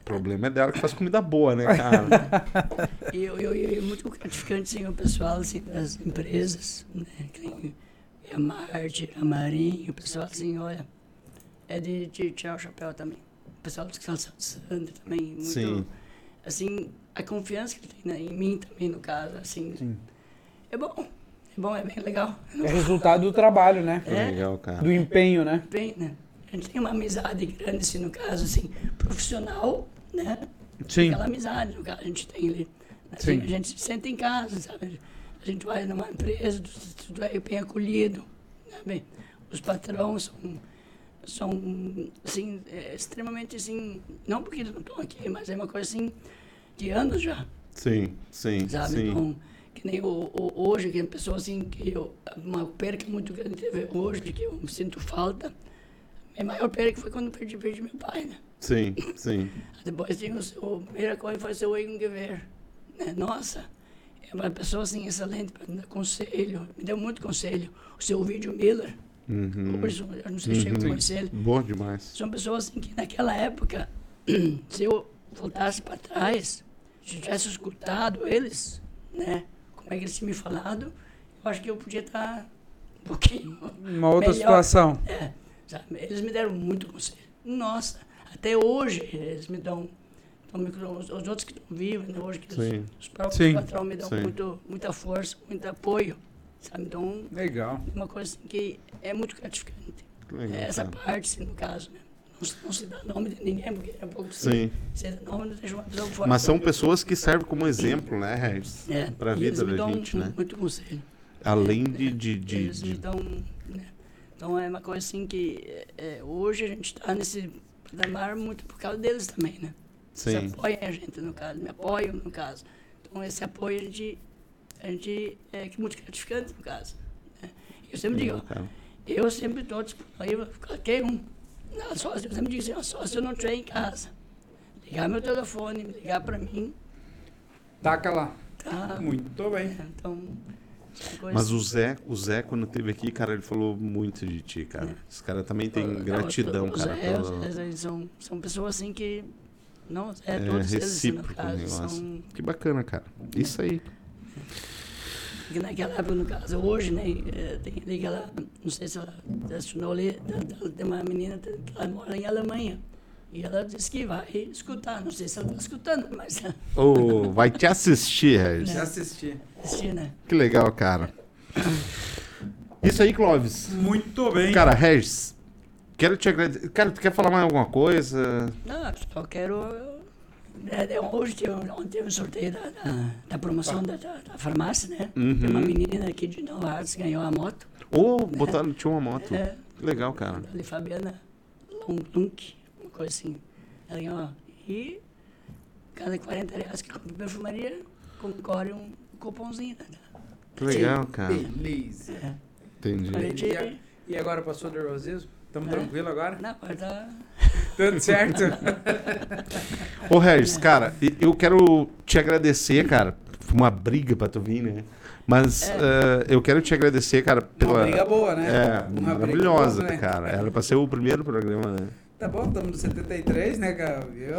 O problema é dela que faz comida boa, né, cara?
E eu, eu, eu- é muito gratificante assim, o pessoal assim, das empresas, né? que tem a Marte, a Marinho, o pessoal assim, olha, é de, de tirar o chapéu também. O pessoal do Sandro também, muito,
Sim.
assim, a confiança que tem né, em mim também, no caso, assim, é bom, é bom, é bem legal.
É resultado do trabalho, né?
É legal, cara.
Do empenho, né?
Bem, né? A gente tem uma amizade grande, assim, no caso, assim, profissional, né?
Sim.
aquela amizade que a gente tem ali. A
Sim.
gente, a gente se sente em casa, sabe? A gente vai numa empresa, tu, tu- tu é bem acolhido, né? Bem, os patrões são, são assim, é, extremamente assim, não porque eles não estão aqui, mas é uma coisa assim, de anos já,
Sim, sim,
sabe?
sim.
Então, que nem o, o- hoje, que é uma pessoa assim, que eu, uma perca muito grande que teve hoje, que eu sinto falta, a maior perca foi quando eu perdi, perdi meu pai, né?
Sim, sim.
Depois tem o, seu- a primeira coisa foi ser o Egon Guevara. Né? Nossa, é uma pessoa assim excelente para dar conselho, me deu muito conselho. O seu vídeo Miller,
Uhum.
hoje eu não sei se chego a conhecer ele.
Bom demais.
São pessoas assim que naquela época, se eu voltasse para trás, se eu tivesse escutado eles, né? Como é que eles tinham me falado, eu acho que eu podia estar um pouquinho
Uma outra
Melhor.
situação.
é, sabe? Eles me deram muito conselho. Nossa, até hoje eles me dão. dão micro- os, os outros que estão vivos, né, hoje, que
Sim.
os, os próprios
Sim.
patrões me dão
Sim.
muito, muita força, muito apoio. Sabe? Então,
Legal.
é uma coisa assim, que é muito gratificante.
Que legal,
É essa
cara.
parte, assim, no caso, né? Não, se- não se dá nome de ninguém, porque é um pouco assim.
Sim.
Se dá nome, deixa uma pessoa fora.
Mas são pessoas que servem como exemplo, né, Regis?
é,
Pra
e
vida
eles me
da
dão
gente,
mu-
né?
muito conselho.
Além de. de, de,
eles me
de...
dão. Né? Então é uma coisa assim que é, é, hoje a gente está nesse patamar muito por causa deles também, né? Eles
Sim.
apoiam a gente, no caso, me apoiam, no caso. Então esse apoio a gente, a gente é que é muito gratificante, no caso. né? Eu sempre digo, ó,
Cara.
eu sempre estou disponível para qualquer um. Não, só, eu sempre digo assim, ó, só se eu não estiver em casa. Ligar meu telefone, ligar para mim,
Taca lá.
tá?
Muito
É,
bem.
Então, essa coisa-
Mas o Zé, o Zé, quando teve aqui, cara, ele falou muito de ti, cara.
É.
Esse cara também tem
Não, é,
gratidão,
todos
cara.
eles,
pela-
eles são, são pessoas assim que. Não, é,
É
todos eles, assim, no
recíproco o
caso,
negócio.
são.
Que bacana, cara. Isso aí.
que Naquela época, no caso, hoje, né? eh, Tem ali aquela. Não sei se ela assinou ali, da- da- tem uma menina que ela mora em Alemanha. E ela disse que vai escutar. Não sei se ela está escutando, mas ela
Ô, vai te assistir, Regis.
Já assisti.
assistiu, né?
Que legal, cara. Isso aí, Clóvis.
Muito bem.
Cara, Regis, quero te agradecer. Cara, tu quer falar mais alguma coisa?
Não, só quero. É, é, hoje teve, ontem teve o sorteio da, da, da promoção da, da, da farmácia, né? Tem
Uhum.
uma menina aqui de Nova Artes que ganhou a moto.
Ô, botaram, tinha uma moto.
É.
Que legal, cara.
Ali, Fabiana Longlunk, uma coisa assim. Ela ganhou. E cada 40 reais que compra em perfumaria, concorre um cupomzinho. né?
Que legal, cara.
Beleza.
Pra
Entendi.
gente.
E, a- e agora passou do nervosismo? Tamo
É.
tranquilo agora?
Na porta.
Tudo certo?
Ô, Regis, cara, e- eu quero te agradecer, cara. Foi uma briga pra tu vir, né? Mas eh, eu quero te agradecer, cara, pela.
Uma briga boa, né?
É,
Uma briga
maravilhosa,
boa, né?
cara. Era pra ser o primeiro programa, né?
Tá bom, estamos no 73, né, cara? Viu?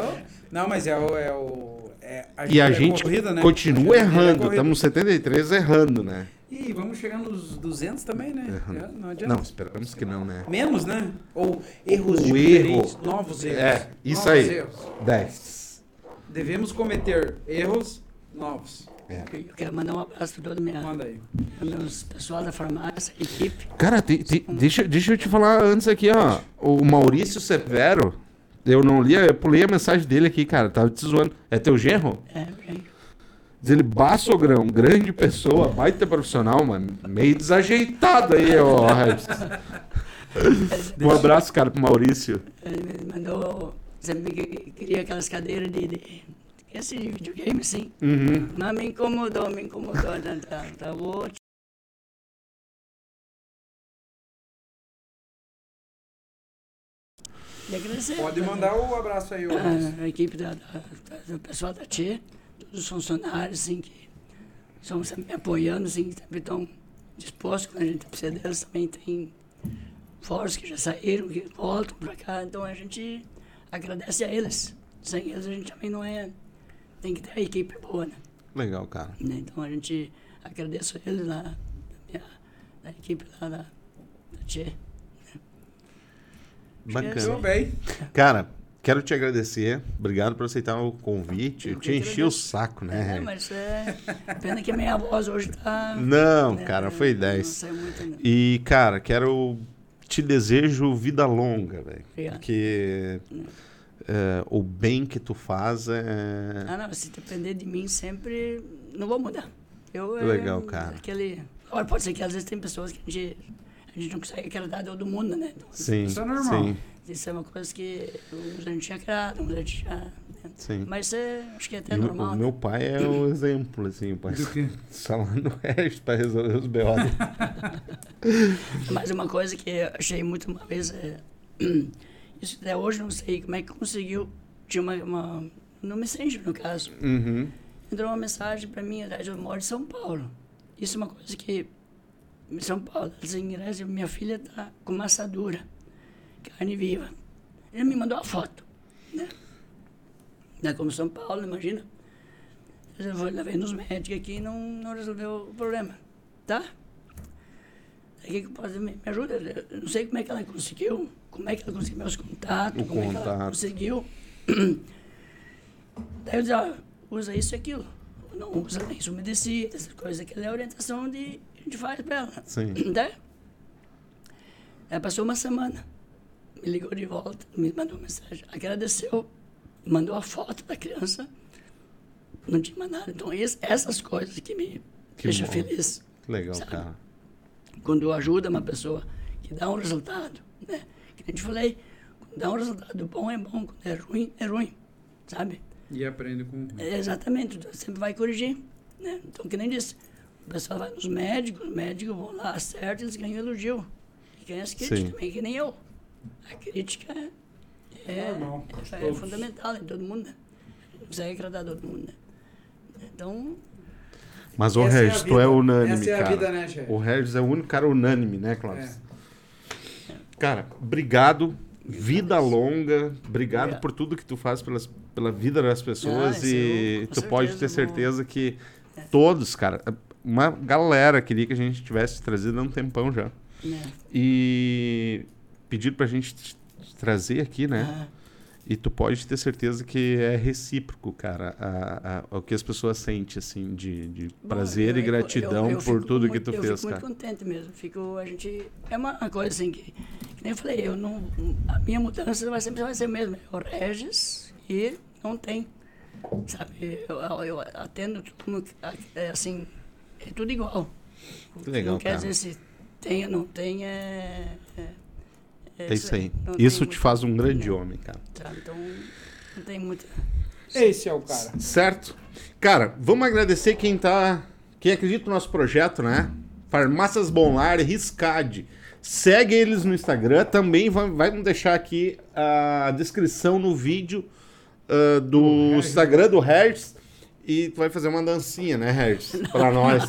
Não, mas é o. É o é,
E a
é
gente
corrida, né?
continua
A gente é
errando.
corrida.
Estamos 73 errando, né?
Ih, vamos chegar nos 200 também, né?
Errando.
Já Não adianta.
Não, esperamos que não, né?
Menos, né? Ou erros
O
diferentes,
erro.
novos erros.
É, isso
novos
aí.
Erros.
10.
Devemos cometer erros novos.
Eu quero mandar um abraço para todo meu,
Manda aí.
meus pessoal da farmácia, equipe.
Cara, te- te- deixa, deixa eu te falar antes aqui, ó. O Maurício Severo, eu não li, eu pulei a mensagem dele aqui, cara. Tava te zoando. É teu genro?
É, gente.
Diz ele, "Bah, sogrão, grande pessoa, baita profissional, mano. Meio desajeitado aí, ó. Regis." um abraço, cara, pro Maurício.
Ele me mandou. Sempre que- queria aquelas cadeiras de. de esse de videogame, assim.
Uhum.
Mas me incomodou, me incomodou. Tá, tá, tá, vou E agradecer. Ah,
Pode mandar o abraço aí, ô.
A, a equipe da, da, da- do pessoal da TIE, dos funcionários, assim, que estão sempre me apoiando, assim, que sempre estão disposto, quando a gente precisa delas também tem fóruns que já saíram, que voltam para cá, então a gente agradece a eles. Sem eles a gente também não é. Tem que ter a equipe boa, né?
Legal, cara.
né? Então a gente agradece a eles lá, da, minha, da equipe lá da, da Tchê.
Bacana.
Show.
Tudo bem.
Cara, quero te agradecer. Obrigado por aceitar o convite.
Eu
Eu
que
te enchi o
agradeço.
saco,
É,
né?
mas é. Pena que a minha voz hoje tá.
Não,
né,
cara, foi 10.
Não sei muito, não.
E, cara, quero. Te desejo vida longa, velho.
Obrigado.
Porque é, o bem que tu faz é.
Ah, não, se depender de mim sempre, não vou mudar. Eu, é,
Legal, cara.
Aquele... Agora, pode ser que às vezes tem pessoas que a gente, a gente não consegue agradar todo mundo, né? Então,
Sim.
Isso é normal.
Sim,
isso é uma coisa que uns a gente agrada, uns a gente já... né?
sim.
Mas é, acho que é até
E o-
normal.
o
né?
meu pai é o exemplo, assim, o pai
Do quê?
só lá no resto pra resolver os B.O.
Mas uma coisa que eu achei muito uma vez é. Isso até hoje eu não sei como é que conseguiu. Tinha uma. uma no Messenger, no caso.
Uhum.
Entrou uma mensagem pra mim, aliás, eu moro em São Paulo. Isso é uma coisa que. Em São Paulo, assim, aliás, minha filha tá com uma assadura, carne viva. Ele me mandou uma foto, né? Da como São Paulo, imagina. Eu vou lá ver nos médicos aqui e não, não resolveu o problema, tá? Aí que que pode me, me ajuda? Eu não sei como é que ela conseguiu, como é que ela conseguiu meus contatos,
O
como é que ela
contato.
conseguiu. Daí eu disse, ó, usa isso e aquilo. Ou Não usa lenço umedecido, essas coisas, que é a orientação de, que a gente faz pra ela.
Sim.
Daí, aí passou uma semana, me ligou de volta, me mandou mensagem, agradeceu, mandou a foto da criança, não tinha mais nada. Então, es- essas coisas que me
Que
deixam
bom.
feliz
Legal,
Sabe?
cara.
é
quando ajuda uma pessoa que dá um resultado, né? Que nem te falei, quando dá um resultado bom é bom, quando é ruim é ruim, sabe?
E aprende com.
É, exatamente, tu sempre vai corrigir, né? Então, que nem disse, o pessoal vai nos médicos, os médicos vão lá, acertam, eles ganham elogio. E ganham as críticas
Sim.
também, que nem eu. A crítica é,
Normal, acho
é
todos.
fundamental em todo mundo, né? Não consegue agradar todo mundo, né? Então,
Mas o
Essa é a
Regis, tu
vida.
é unânime,
Essa é a
cara.
vida, né, chefe?
O Regis é o único cara unânime, né, Cláudio?
É.
Cara, obrigado. Vida longa. Obrigado
Obrigado.
por tudo que tu faz pelas, pela vida das pessoas.
Ah, isso
e
eu- com
tu pode ter
certeza É. vou-
certeza que todos, cara, uma galera queria que a gente tivesse trazido há um tempão já.
né?
E pediram pra gente te- te trazer aqui, né?
Ah,
E tu pode ter certeza que é recíproco, cara, a, a- o que as pessoas sentem, assim, de, de
Bom,
prazer
eu-
e
eu-
gratidão
eu- eu
por
fico
tudo que
muito-
tu
eu
fez,
fico
cara.
muito contente mesmo. Fico, a gente é uma uma coisa assim que, que nem eu falei, eu não a minha mudança vai sempre vai ser a mesma. Eu Regis e não tem, sabe? Eu, eu- eu atendo tudo como que- a- é assim, é tudo igual. O que
legal,
não quer
cara.
dizer se tem ou não tem é é,
É isso aí.
Não tem
Isso te
muito,
faz um grande homem, cara.
sabe? Então não tem muita
Esse é o cara.
Certo? Cara, vamos agradecer quem tá. Quem acredita no nosso projeto, né? Farmácias Bonlar, Riscade. Segue eles no Instagram. Também va- vamos deixar aqui a descrição no vídeo ah, do Instagram do Hertz. E tu vai fazer uma dancinha, né, Hertz? Pra nós.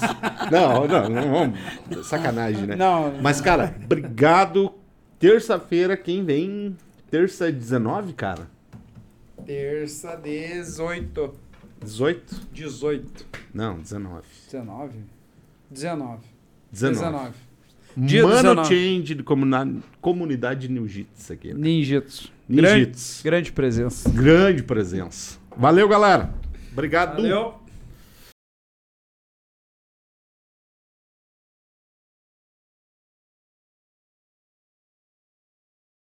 Não, não, não. não sacanagem, né?
Não,
Mas, cara, obrigado. Terça-feira, quem vem? Terça 19, cara?
terça 18.
18?
18.
Não, 19.
19? 19.
19.
19. Dia
Mano
19.
Change de comuna- comunidade New Jits aqui. Né?
Ninjitsu.
Ninjitsu.
Grande presença.
Grande presença. Valeu, galera. Obrigado.
Valeu.